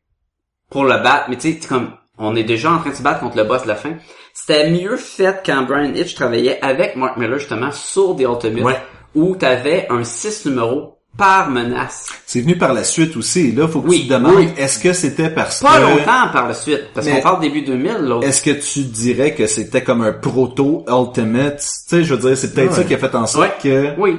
B: pour le battre. Mais tu sais, c'est comme, on est déjà en train de se battre contre le boss de la fin. C'était mieux fait quand Brian Hitch travaillait avec Mark Miller, justement, sur des Ultimates,
C: Ouais.
B: où t'avais un 6 numéros par menace.
A: C'est venu par la suite aussi. Et là, faut que
B: Oui,
A: tu te demandes,
B: oui.
A: est-ce que c'était parce
B: Pas
A: que...
B: longtemps par la suite, parce
A: Mais-
B: qu'on parle début 2000, l'autre.
A: Est-ce que tu dirais que c'était comme un proto Ultimate? Tu sais, je veux dire, c'est peut-être
C: Ouais.
A: ça qui a fait en sorte que...
B: Oui.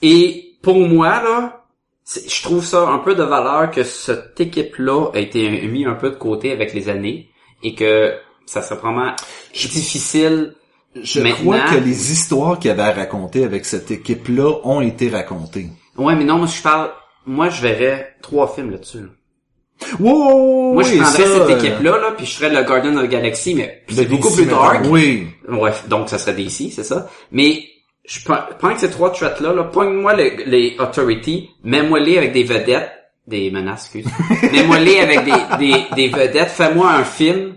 B: Et pour moi, là, c'est- je trouve ça un peu de valeur que cette équipe-là a été mis un peu de côté avec les années et que ça serait vraiment difficile.
A: Je
B: maintenant.
A: crois que les histoires qu'il y avait à raconter avec cette équipe-là ont été racontées.
B: Ouais, mais non, moi, je parle, moi, je verrais trois films là-dessus. là.
A: Wow!
B: Moi, je
A: oui,
B: prendrais
A: ça,
B: cette
A: euh,
B: équipe-là, là, puis je ferais le Garden of the Galaxy, mais
C: Le
B: c'est beaucoup
C: DC,
B: plus
C: mettons.
B: dark.
A: Oui.
B: Bref, donc ça serait DC, c'est ça. Mais je prends prends que ces trois threats là, là pogne-moi le- les authority, mets-moi les avec des vedettes, des menaces, excuse. mets-moi les avec des, des, des vedettes, fais-moi un film.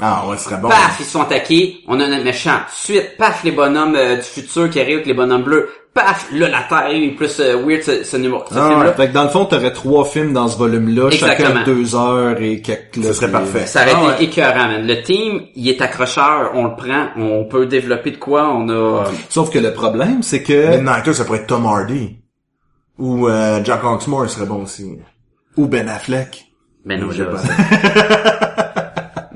C: Ah ouais, ce serait bon.
B: Paf, ils sont attaqués, on a notre méchant. Suite, paf, les bonhommes euh, du futur qui arrivent avec les bonhommes bleus. Paf, là, la Terre est plus euh, weird, ce, ce numéro. Ce
A: Ah,
B: film-là.
A: Fait que dans le fond, t'aurais trois films dans ce volume-là, chacun
B: Exactement.
A: deux heures et quelques...
C: Ce serait
A: puis- euh,
C: parfait.
B: Ça aurait
C: Ah
B: été écœurant, man. Le team, il est accrocheur, on le prend, on peut développer de quoi, on a...
A: Sauf que le problème, c'est que...
C: Midnighter, ça pourrait être Tom Hardy. Ou euh, Jack Hawksmore serait bon aussi.
A: Ou Ben Affleck.
B: Mais Ben non,
C: Je sais
B: là,
C: pas.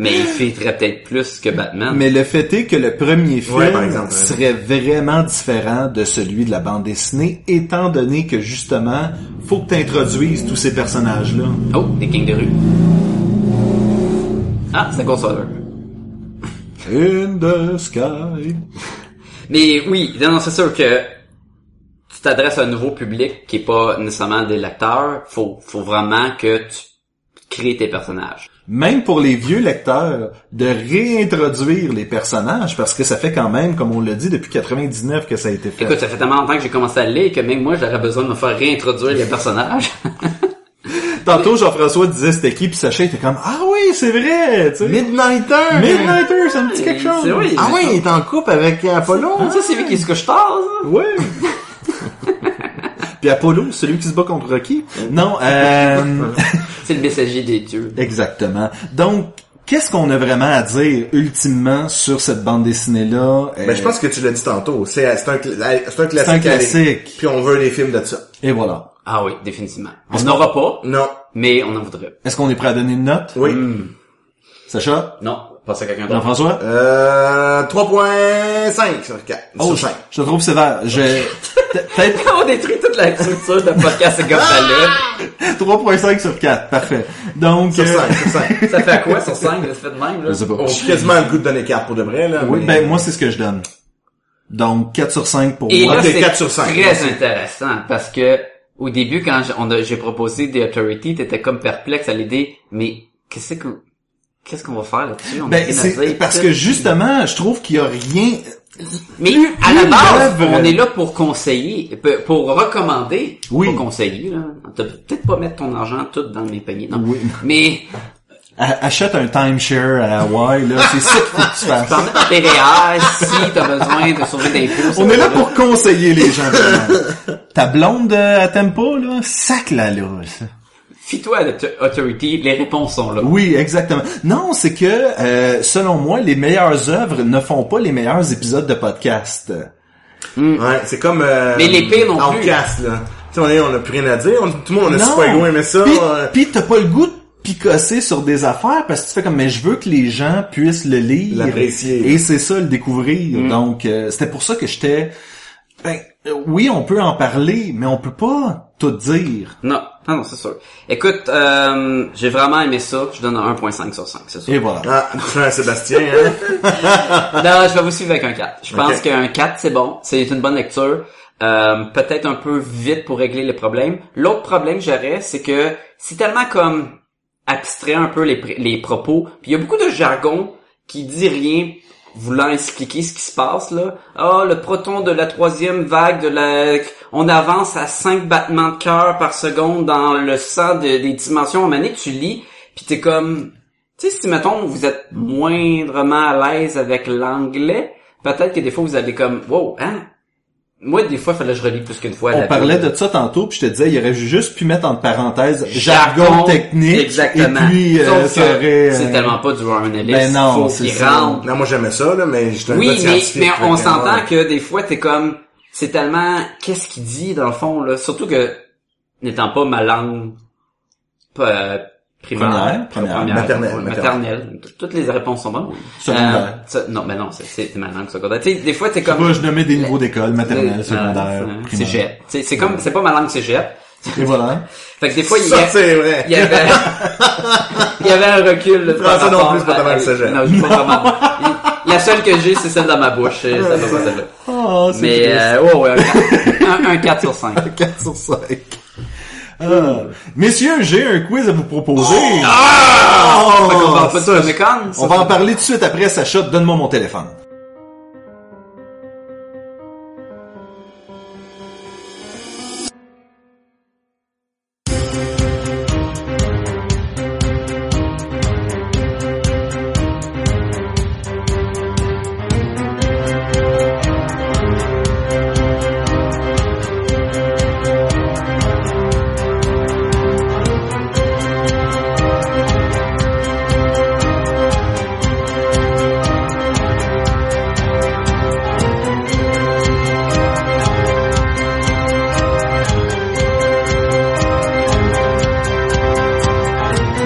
B: Mais il filtrait peut-être plus que Batman.
A: Mais le fait est que le premier film
C: Ah. Ouais, par exemple, ouais.
A: serait vraiment différent de celui de la bande dessinée, étant donné que justement, faut que t'introduises tous ces personnages-là.
B: Oh, des kings de rue. Ah, c'est Ghostwriter.
A: In the sky.
B: Mais oui, non, non, c'est sûr que tu t'adresses à un nouveau public qui est pas nécessairement des lecteurs. Faut, faut vraiment que tu crées tes personnages.
A: même pour les vieux lecteurs, de réintroduire les personnages, parce que ça fait quand même, comme on l'a dit, depuis 99 que ça a été fait.
B: Écoute, ça fait tellement longtemps que j'ai commencé à le lire que même moi, j'aurais besoin de me faire réintroduire les personnages.
A: Tantôt, Jean-François disait c'était qui, puis Sacha était comme, ah oui, c'est vrai, tu sais.
C: Midnighter!
A: Midnighter, ça me dit quelque chose.
B: C'est vrai.
C: Ah oui, il est en couple avec Apollo!
A: Ah.
B: ça, c'est lui qui se couche tard, ça.
A: Ouais. Puis Apollo, celui qui se bat contre Rocky. Non, euh,
B: C'est le messager des dieux.
A: exactement. Donc, qu'est-ce qu'on a vraiment à dire ultimement sur cette bande dessinée-là Euh,
C: Ben, je pense que tu l'as dit tantôt. C'est euh, c'est un, cla- c'est un classique.
A: C'est un
C: à lire.
A: classique.
C: Puis on veut des films de ça.
A: Et voilà.
B: Ah oui, définitivement. On n'aura pas,
C: Non.
B: mais on en voudrait.
A: Est-ce qu'on est prêt à donner une note?
C: Oui.
A: Sacha?
B: Non, pas ça quelqu'un d'autre.
A: Jean-François?
C: Euh, 3.5 sur 4.
A: Oh,
C: sur
A: je,
C: 5.
A: je te trouve sévère. Je, Pe- peut-être
B: on détruit toute la structure de podcast c'est comme ça là.
A: 3.5 sur 4. Parfait. Donc,
C: Sur Oh.
A: euh,
C: 5, sur 5.
B: Ça fait à quoi sur 5, le fait de même, là?
A: je sais pas.
C: On a quasiment le goût de donner 4 pour de vrai, là.
A: Oui,
C: mais-
A: ben, moi, c'est ce que je donne. Donc, 4 sur 5 pour
B: Et
A: moi.
B: là,
C: Ok,
B: c'est
C: quatre sur cinq.
B: très intéressant parce que au début, quand j'- on a- j'ai proposé The Authority, t'étais comme perplexe à l'idée, mais qu'est-ce que qu'est-ce qu'on va faire là-dessus? On a
A: Ben,
B: rien à
A: c'est
B: dire,
A: parce
B: tout.
A: que justement, je trouve qu'il y a rien...
B: mais
A: plus-
B: à la
A: plus
B: base,
A: grave.
B: on est là pour conseiller, pe- pour recommander,
A: Oui.
B: pour conseiller. Là. T'as peut-être pas mettre ton argent tout dans mes paniers, non.
A: Oui.
B: Mais
A: A- Achète un timeshare à Hawaï, là. C'est ça qu'il faut que tu fasses.
B: t'en mets dans tes réels si t'as besoin de sauver d'impôts.
A: On est là pour conseiller les gens. vraiment. Ta blonde euh, à tempo, là, sac-la, là. ça.
B: Fie-toi à The Authority, les réponses sont là.
A: Oui, exactement. Non, c'est que, euh, selon moi, les meilleures œuvres ne font pas les meilleurs épisodes de podcast.
C: Ouais, c'est comme... euh,
B: Mais les pires non plus.
C: Outcast, là. Tu sais, on est- on a plus rien à dire. On- tout le monde, on a
A: non.
C: super loin, mais ça...
A: Puis,
C: euh,
A: puis t'as pas le goût de picosser sur des affaires parce que tu fais comme, mais je veux que les gens puissent le lire.
C: L'apprécier.
A: Et c'est ça, le découvrir.
B: Mm.
A: Donc, euh, c'était pour ça que j'étais... Ben, euh, oui, on peut en parler, mais on peut pas tout dire.
B: Non, non, non, c'est sûr. Écoute, euh, j'ai vraiment aimé ça. Je donne un 1.5 sur 5, c'est sûr.
A: Et voilà.
C: Ah, putain, Sébastien, hein.
B: Non, je vais vous suivre avec un 4. Je pense
C: Ok.
B: qu'un 4, c'est bon. C'est une bonne lecture. Euh, Peut-être un peu vite pour régler les problèmes. L'autre problème que j'aurais, c'est que c'est tellement comme abstrait un peu les, pr- les propos. Puis il y a beaucoup de jargon qui dit rien voulant expliquer ce qui se passe là. Ah, le proton de la troisième vague de la... On avance à 5 battements de cœur par seconde dans le sang de- des dimensions. En manique, tu lis, puis t'es comme... Tu sais, si, mettons, vous êtes moindrement à l'aise avec l'anglais, peut-être que des fois, vous allez comme, wow, hein? Moi, des fois, il fallait que je relis plus qu'une fois.
A: On
B: Ah, la-
A: parlait de ça tantôt, puis je te disais, il aurait juste pu mettre entre parenthèses jargon,
B: Jargon,
A: technique,
B: Exactement.
A: et puis euh,
B: Sauf
A: ça
B: que
A: aurait...
B: C'est
A: euh,
B: tellement pas du Warren Ellis.
A: Ben non,
B: Faut
A: c'est
B: qu'il
A: ça.
B: rentre
C: Non, moi, j'aimais ça, là, mais j'étais un gars
B: Oui, mais,
C: scientifique,
B: mais
C: fait
B: on
C: que,
B: s'entend
C: ouais.
B: que des fois, t'es comme, c'est tellement, qu'est-ce qu'il dit, dans le fond, là? Surtout que, n'étant pas ma langue, pas, euh,
A: Première,
B: primaire,
A: première,
C: maternelle,
B: ouais,
C: maternelle.
B: maternelle. T- Toutes les réponses sont bonnes.
A: Secondaire.
B: Euh, ça- non, mais non, c'est- c'est ma langue secondaire. Tu sais, des fois, t'es
A: Je sais pas,
B: comme,
A: je nommais des niveaux d'école, maternelle,
B: euh,
A: secondaire,
B: euh,
A: primaire.
B: cégep. Tu sais, C'est comme, c'est pas ma langue cégep.
A: Et voilà.
B: Fait que des fois, il y
C: Ça,
B: a,
C: c'est vrai.
B: il y avait, il y avait un recul. là,
C: Prends ça
B: par
C: non
B: rapport
C: plus, pas
B: à-
C: ta langue cégep.
B: Non, j'ai pas vraiment. La seule que j'ai, c'est celle dans ma bouche. et Ça va pas celle-là.
A: Oh, c'est
B: Mais
A: triste.
B: euh, ouais, ouais, un, un 4 sur 5.
A: 4 sur 5. Ah. Messieurs, j'ai un quiz à vous proposer. Ah!
B: fait qu'on parle pas
C: ça,
B: de Comic
A: On va en parler tout de suite après, Sacha. Donne-moi mon téléphone.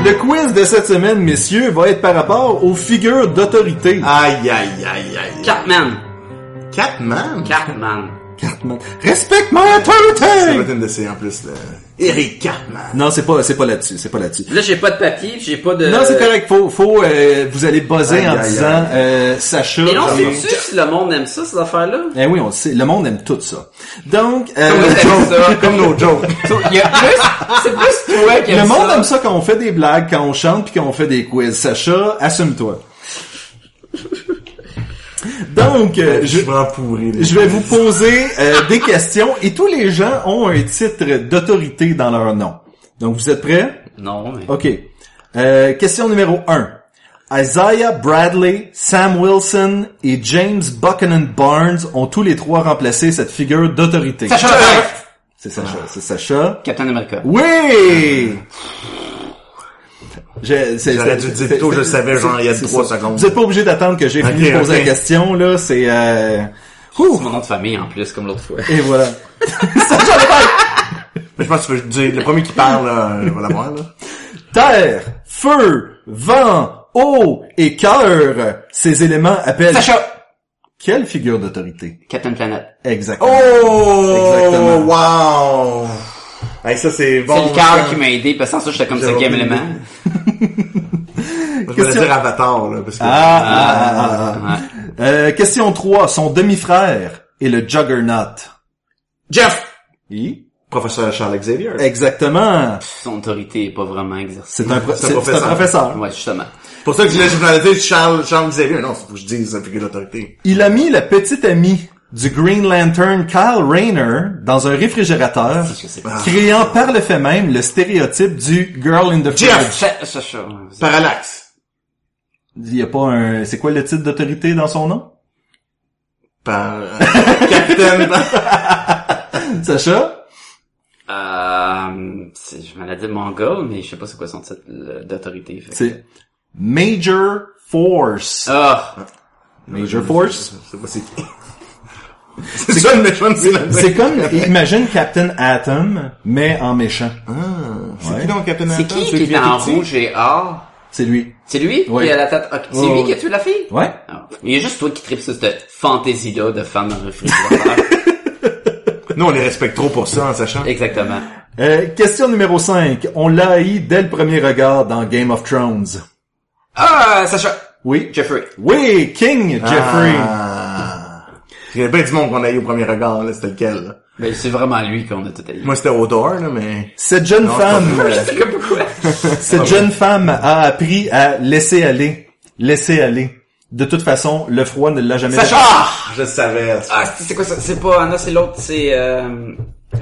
A: Le quiz de cette semaine, messieurs, va être par rapport aux figures d'autorité.
C: Aïe, aïe, aïe, aïe.
B: Cartman.
C: Catman?
B: Cartman.
A: Cartman. Respecte-moi,
C: Ça va
A: autorité!
C: être une de ces en plus. Là. Eric Cartman.
A: Non, c'est pas, c'est pas là-dessus, c'est pas là-dessus.
B: Là, j'ai pas de papier, j'ai pas de...
A: Non, c'est correct. Faut, faut, euh, vous allez buzzer
C: Aïe,
A: en
C: aïe,
A: disant, euh, Sacha.
B: Mais non,
A: vous allez-
B: c'est tu si le monde aime ça, cette affaire-là?
A: Eh oui, on le sait. Le monde aime tout ça. Donc, euh,
B: Comme les
C: Joke,
B: ça.
C: Comme nos jokes.
D: Il y a plus...
B: C'est plus toi qui
A: le
B: aime
A: monde
B: ça.
A: aime ça quand on fait des blagues, quand on chante puis quand on fait des quiz. Sacha, assume-toi. Donc, euh,
C: Je
A: je,
C: suis vraiment pourri. là.
A: je vais vous poser euh, des questions et tous les gens ont un titre d'autorité dans leur nom. Donc, vous êtes prêts?
B: Non, mais...
A: OK. Euh, question numéro 1. Isaiah Bradley, Sam Wilson et James Buchanan Barnes ont tous les trois remplacé cette figure d'autorité.
D: Sacha Lefebvre.
A: C'est Sacha, c'est Sacha.
B: Captain America.
A: Oui! Je- c'est-
C: J'aurais
A: c'est-
C: dû dire
A: c'est-
C: tôt, je le savais, genre, il y a
A: c'est
C: trois
A: ça.
C: secondes.
A: Vous êtes pas obligé d'attendre que j'ai fini
C: Ok,
A: de poser
C: ok.
A: la question, là, c'est... Euh... ouh,
B: C'est mon nom de famille, en plus, comme l'autre fois.
A: Et voilà.
C: Mais je pense que tu veux dire, le premier qui parle, là, on va l'avoir, là.
A: Terre, feu, vent, eau et cœur, ces éléments appellent...
D: Sacha.
A: Quelle figure d'autorité?
B: Captain Planet.
A: Exactement.
C: Oh! Wow! Hey, ça, c'est bon. euh,
B: c'est le cœur qui m'a aidé, parce que sans ça, j'étais comme
C: J'avais
B: cinquième
C: aucune
B: élément.
C: Je voulais dire Avatar, là, parce que...
A: Ah, ah, ah, ah.
B: Ouais.
A: Euh, question 3. Son demi-frère est le Juggernaut.
C: Jeff!
A: Oui.
C: Professeur Charles Xavier.
A: Exactement.
B: Son autorité est pas vraiment exercée.
A: C'est un, pro-
C: C'est
A: c'est-
C: un
A: c'est un
C: professeur.
A: professeur.
B: Ouais, justement.
C: Pour ça que je voulais- je voulais dire Charles, Charles Xavier. Non, c'est pour que je dise un figure d'autorité.
A: Il a mis la petite amie du Green Lantern Kyle Rayner dans un réfrigérateur,
B: Je sais pas.
C: Ah.
A: créant par le fait même le stéréotype du girl in the fridge.
C: Jeff!
B: Sa- Sacha. ouais, vas-y.
C: Parallax.
A: Il y a pas un, c'est quoi le titre d'autorité dans son nom?
C: Par... euh, Capitaine...
A: Sacha?
B: Euh, c'est- je m'en ai dit mongol, mais je sais pas c'est quoi son titre euh, d'autorité. fait que-
A: C'est Major Force.
B: Ah!
A: Major Force?
C: Je sais pas c'est qui. C'est ça le méchant, c'est la
A: C'est comme, imagine Captain Atom, mais en méchant.
C: C'est qui donc, Captain
B: c'est
C: America?
B: qui
C: Celui
B: qui est
C: était
B: en
C: petit?
B: rouge et or?
A: C'est lui.
B: C'est lui
A: Ouais.
B: qui a la tête... ok, C'est
A: Ouais,
B: lui
A: ouais.
B: qui a tué la fille?
A: Ouais?
B: Ah. Il y a juste toi qui tripes sur cette fantaisie-là de femme dans le réfrigérateur.
C: Nous, on les respecte trop pour ça, en sachant.
B: Exactement.
A: Euh, question numéro 5. On l'a haï dès le premier regard dans Game of Thrones.
B: Ah, Sacha!
A: Oui.
B: Jeffrey.
A: Oui, King Jeffrey.
C: Ah. Il y avait bien du monde qu'on a eu au premier regard, là, c'était lequel, là.
B: Ben, c'est vraiment lui qu'on a tout aimé.
C: Moi, c'était Odor, là, mais...
A: Cette jeune
C: Non,
A: femme,
B: C'est comme pourquoi?
C: Ah
A: cette jeune femme a appris à laisser aller, laisser aller. De toute façon, le froid ne l'a jamais.
B: Sacha!
C: Ah! Je le savais.
B: Ah, c'est c'est quoi ça? C'est pas Anna, c'est l'autre, c'est, euh,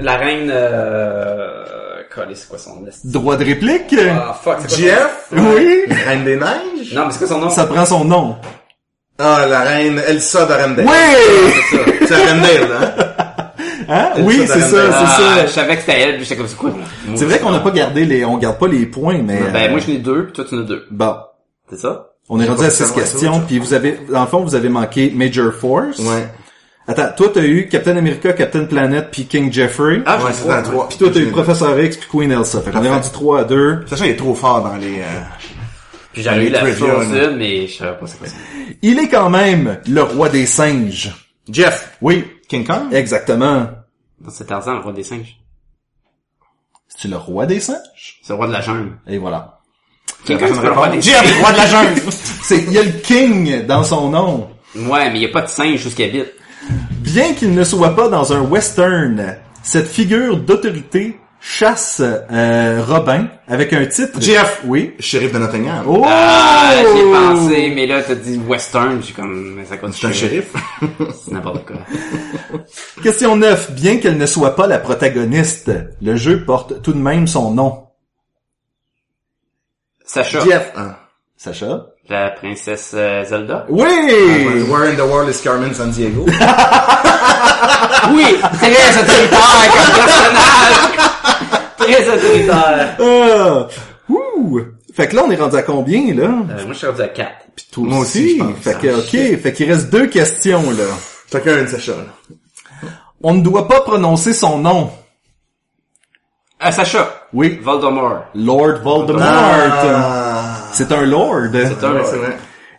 B: la reine, euh, Colin, c'est quoi son nom?
A: Droit de réplique.
B: Ah, fuck, c'est quoi son-
C: Jeff?
A: Oui.
C: Reine des Neiges?
B: Non, mais c'est quoi son nom?
A: Ça prend son nom.
C: Ah, la reine Elsa d'Arendelle.
A: Oui.
B: C'est ça.
C: C'est Arendelle, hein?
A: Hein?
C: Elle
A: Oui,
C: saute
A: c'est
C: à
A: ça,
C: la
B: Ah,
A: c'est
B: Je
A: ça.
B: savais que c'était elle, puis j'étais comme, c'est quoi?
A: C'est vrai qu'on n'a pas gardé les, on garde pas les points, mais. euh,
B: Ben, moi, j'en ai deux, puis toi, tu en as deux.
A: Bon.
B: C'est ça?
A: On est rendu à
C: pas
A: six
C: fait ça, ouais, ça,
A: questions,
C: ça.
A: puis vous avez, dans le fond, vous avez manqué Major Force. Attends, toi, t'as eu Captain America, Captain Planet, puis King Jeffrey.
B: Ah,
C: Ouais,
B: j'en ai
C: c'est dans
B: trois.
C: trois.
A: Puis toi, t'as eu Professeur X, puis Queen Elsa. Fait qu'on est rendu 3 à 2.
C: Sacha, il est trop fort dans les... euh,
B: Puis j'avais eu
C: Les
B: la
C: trivia,
B: chose, mais je savais pas c'est quoi ça.
A: Il est quand même le roi des singes.
C: Jeff!
A: Oui,
C: King Kong?
A: exactement.
B: Non, c'est Tarzan, le roi des singes.
A: C'est le roi des singes?
B: C'est le roi de la jungle.
A: Et voilà.
B: Quelqu'un qui peut le roi des singes.
C: Jeff, roi de la jungle!
A: C'est, il y a le King dans son nom.
B: Ouais, mais il y a pas de singe jusqu'à vite.
A: Bien qu'il ne soit pas dans un western, cette figure d'autorité chasse euh, Robin avec un titre.
C: Jeff.
A: Oui.
C: Shérif de Nottingham.
A: Oh!
B: Ah, j'ai pensé, mais là, t'as dit western, j'ai comme, mais ça compte.
C: C'est un shérif?
B: C'est n'importe quoi.
A: Question 9. Bien qu'elle ne soit pas la protagoniste, le jeu porte tout de même son nom.
B: Sacha.
C: Jeff! Ah.
A: Sacha?
B: La princesse euh, Zelda.
A: Oui!
C: Where in the world is Carmen San Diego?
B: Oui! Très autoritaire comme personnage! Très autoritaire.
A: Ah! Ouh! Fait que là, on est rendu à combien, là?
B: Euh, moi, je suis rendu à 4.
A: Puis toi
C: Moi aussi, je pense.
A: Fait que, ok. Fait qu'il reste deux questions, là.
C: Chacun une Sacha, là.
A: On ne doit pas prononcer son nom.
B: Ah, Sacha.
A: Oui.
B: Voldemort.
A: Lord Voldemort.
C: Ah.
A: C'est un Lord.
B: C'est un...
C: Ouais, c'est vrai.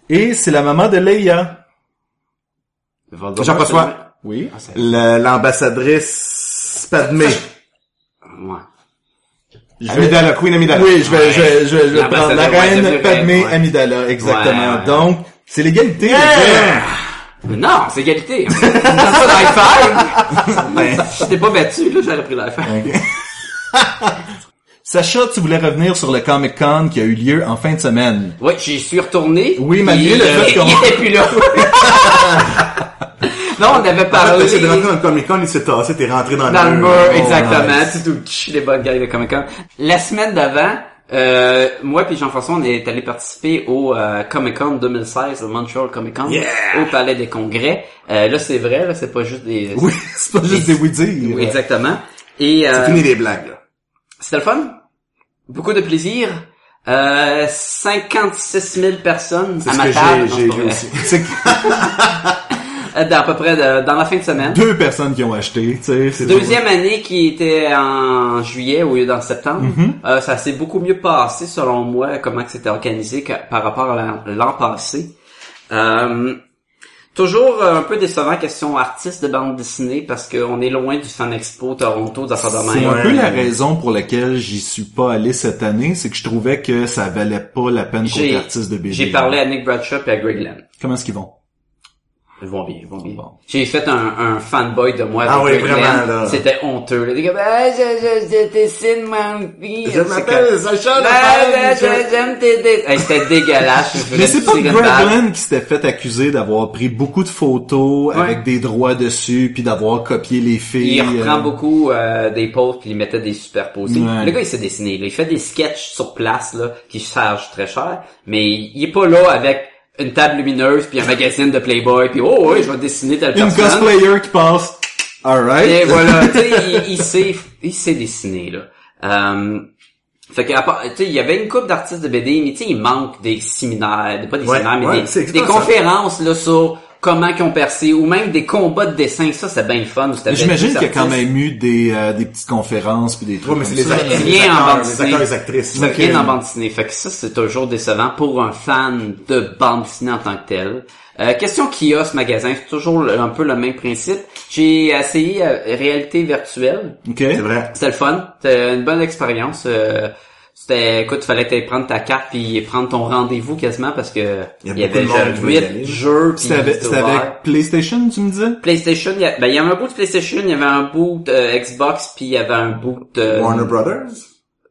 A: Et c'est la maman de Leia.
B: Voldemort,
C: Jean-François.
A: Oui.
B: Ah, c'est-
C: Le- L'ambassadrice Padmé.
B: Ouais.
A: Je vais-
C: Amidala, Queen Amidala.
A: Oui, je vais, je vais, je vais, je vais prendre la
B: L'ambassadeur, ouais, c'est
A: reine
B: vrai,
A: Padmé
B: ouais.
A: Amidala, exactement.
B: Ouais, ouais.
A: Donc, c'est l'égalité. les gars.
B: Mais non, c'est égalité. C'est pas l'iPhone. Je t'ai pas battu, là, j'aurais pris l'iPhone.
A: Sacha, tu voulais revenir sur le Comic Con qui a eu lieu en fin de semaine.
B: Ouais, j'y suis retourné. euh,
A: Oui, malgré
B: Et,
A: le fait qu'on-
B: Il était plus là. non, on avait
C: Ah,
B: parlé.
C: t'essaies de rentrer dans le Comic Con, il s'est tassé, t'es rentré dans,
B: Dans le mur,
C: Oh,
B: exactement.
C: nice.
B: Tu tout tch, les bonnes gars de Comic Con. La semaine d'avant, euh, moi puis Jean-François, on est allé participer au euh, Comic Con 2016, le Montreal Comic Con,
C: Yeah!
B: au Palais des Congrès. Euh, là, c'est vrai, là, c'est pas juste des...
A: Oui, c'est pas juste des oui-dire.
B: Oui, exactement. Et
C: euh, Ah, C'est
B: euh,
C: fini les blagues, là.
B: c'était le fun. Beaucoup de plaisir. Euh, 56 000 personnes
C: C'est
B: à
C: ce
B: ma
C: que
B: table. Non, c'est
C: j'ai, j'ai
B: pas
C: vu
B: vrai.
C: aussi.
A: C'est
B: Euh, Dans à peu près de- dans la fin de semaine.
A: deux personnes qui ont acheté, tu sais. c'est-
B: Deuxième année qui était en juillet au lieu d'en septembre.
C: Mm-hmm.
B: Euh, ça s'est beaucoup mieux passé selon moi comment que c'était organisé que- par rapport à l'an- l'an passé. Euh, toujours euh, un peu décevant question artiste de bande dessinée parce qu'on est loin du Fan Expo Toronto d'affaires de
A: C'est
B: même.
A: un peu la raison pour laquelle j'y suis pas allé cette année, c'est que je trouvais que ça valait pas la peine
B: J'ai-
A: qu'on artiste de BD.
B: J'ai parlé à Nick Bradshaw et à Greg Land.
A: Comment est-ce qu'ils vont?
B: Ils vont bien, ils vont bien.
A: Bon.
B: J'ai fait un, un fanboy de moi.
C: Ah
B: avec
C: oui,
B: Greg
C: vraiment,
B: Land.
C: là.
B: C'était honteux. là. Des gars, ben, je, je, je dessine mon vie.
C: Je m'appelle Sacha
B: Ben, ben,
C: Lefebvre,
B: je- j'aime tes dé- Hey, c'était dégueulasse. je
A: Mais c'est pas
B: voulais tirer une balle.
A: Greg Land qui s'était fait accuser d'avoir pris beaucoup de photos
B: Ouais.
A: avec des droits dessus, puis d'avoir copié les filles.
B: Il reprend
A: euh,
B: beaucoup euh, des posts puis il mettait des superposés.
A: Ouais.
B: Le gars, il s'est dessiné. Là. Il fait des sketchs sur place là, qui chargent très cher, mais il est pas là avec une table lumineuse puis un magazine de Playboy puis oh ouais, je vais dessiner telle
A: Une
B: personne.
A: cosplayer qui passe. Alright.
B: Et voilà, tu sais, il, il sait, il sait dessiner là. Euh, fait que, à part- tu sais, il y avait une couple d'artistes de BD, mais tu sais, il manque des séminaires, pas des
C: Ouais,
B: séminaires, mais
C: ouais, c'est
B: des, des
C: exactement ça.
B: conférences là sur comment qu'ils ont percé, ou même des combats de dessin. Ça, c'est bien le fun. où c'était
A: J'imagine
B: des
A: qu'il y a quand
B: artistes.
A: même eu des, euh, des petites conférences puis des trucs
C: Ouais, mais c'est
A: comme
C: les
A: ça.
C: acteurs,
B: Rien
C: les
B: en
C: acteurs,
B: bande
C: les
B: dessinée.
C: acteurs, les actrices.
B: Ça
C: Ok.
B: vient en bande dessinée. Fait que ça, c'est toujours décevant pour un fan de bande dessinée en tant que tel. Euh, question kiosque magasin, c'est toujours le- un peu le même principe. J'ai essayé euh, réalité virtuelle.
A: Ok.
C: C'est vrai.
B: C'était le fun. C'était une bonne expérience. Euh, c'était, écoute, fallait que t'ailles prendre ta carte puis prendre ton rendez-vous quasiment parce que
C: Il y a
B: il y avait
C: beaucoup de monde
B: genre
C: qui veut y aller.
B: huit jeux puis
A: C'était avec,
B: c'était
A: c'était
B: ouvert.
A: avec PlayStation, tu me disais?
B: PlayStation, il y, a- ben, il y avait un bout de PlayStation, il y avait un bout de euh, Xbox puis il y avait un bout euh, de
C: Warner Brothers?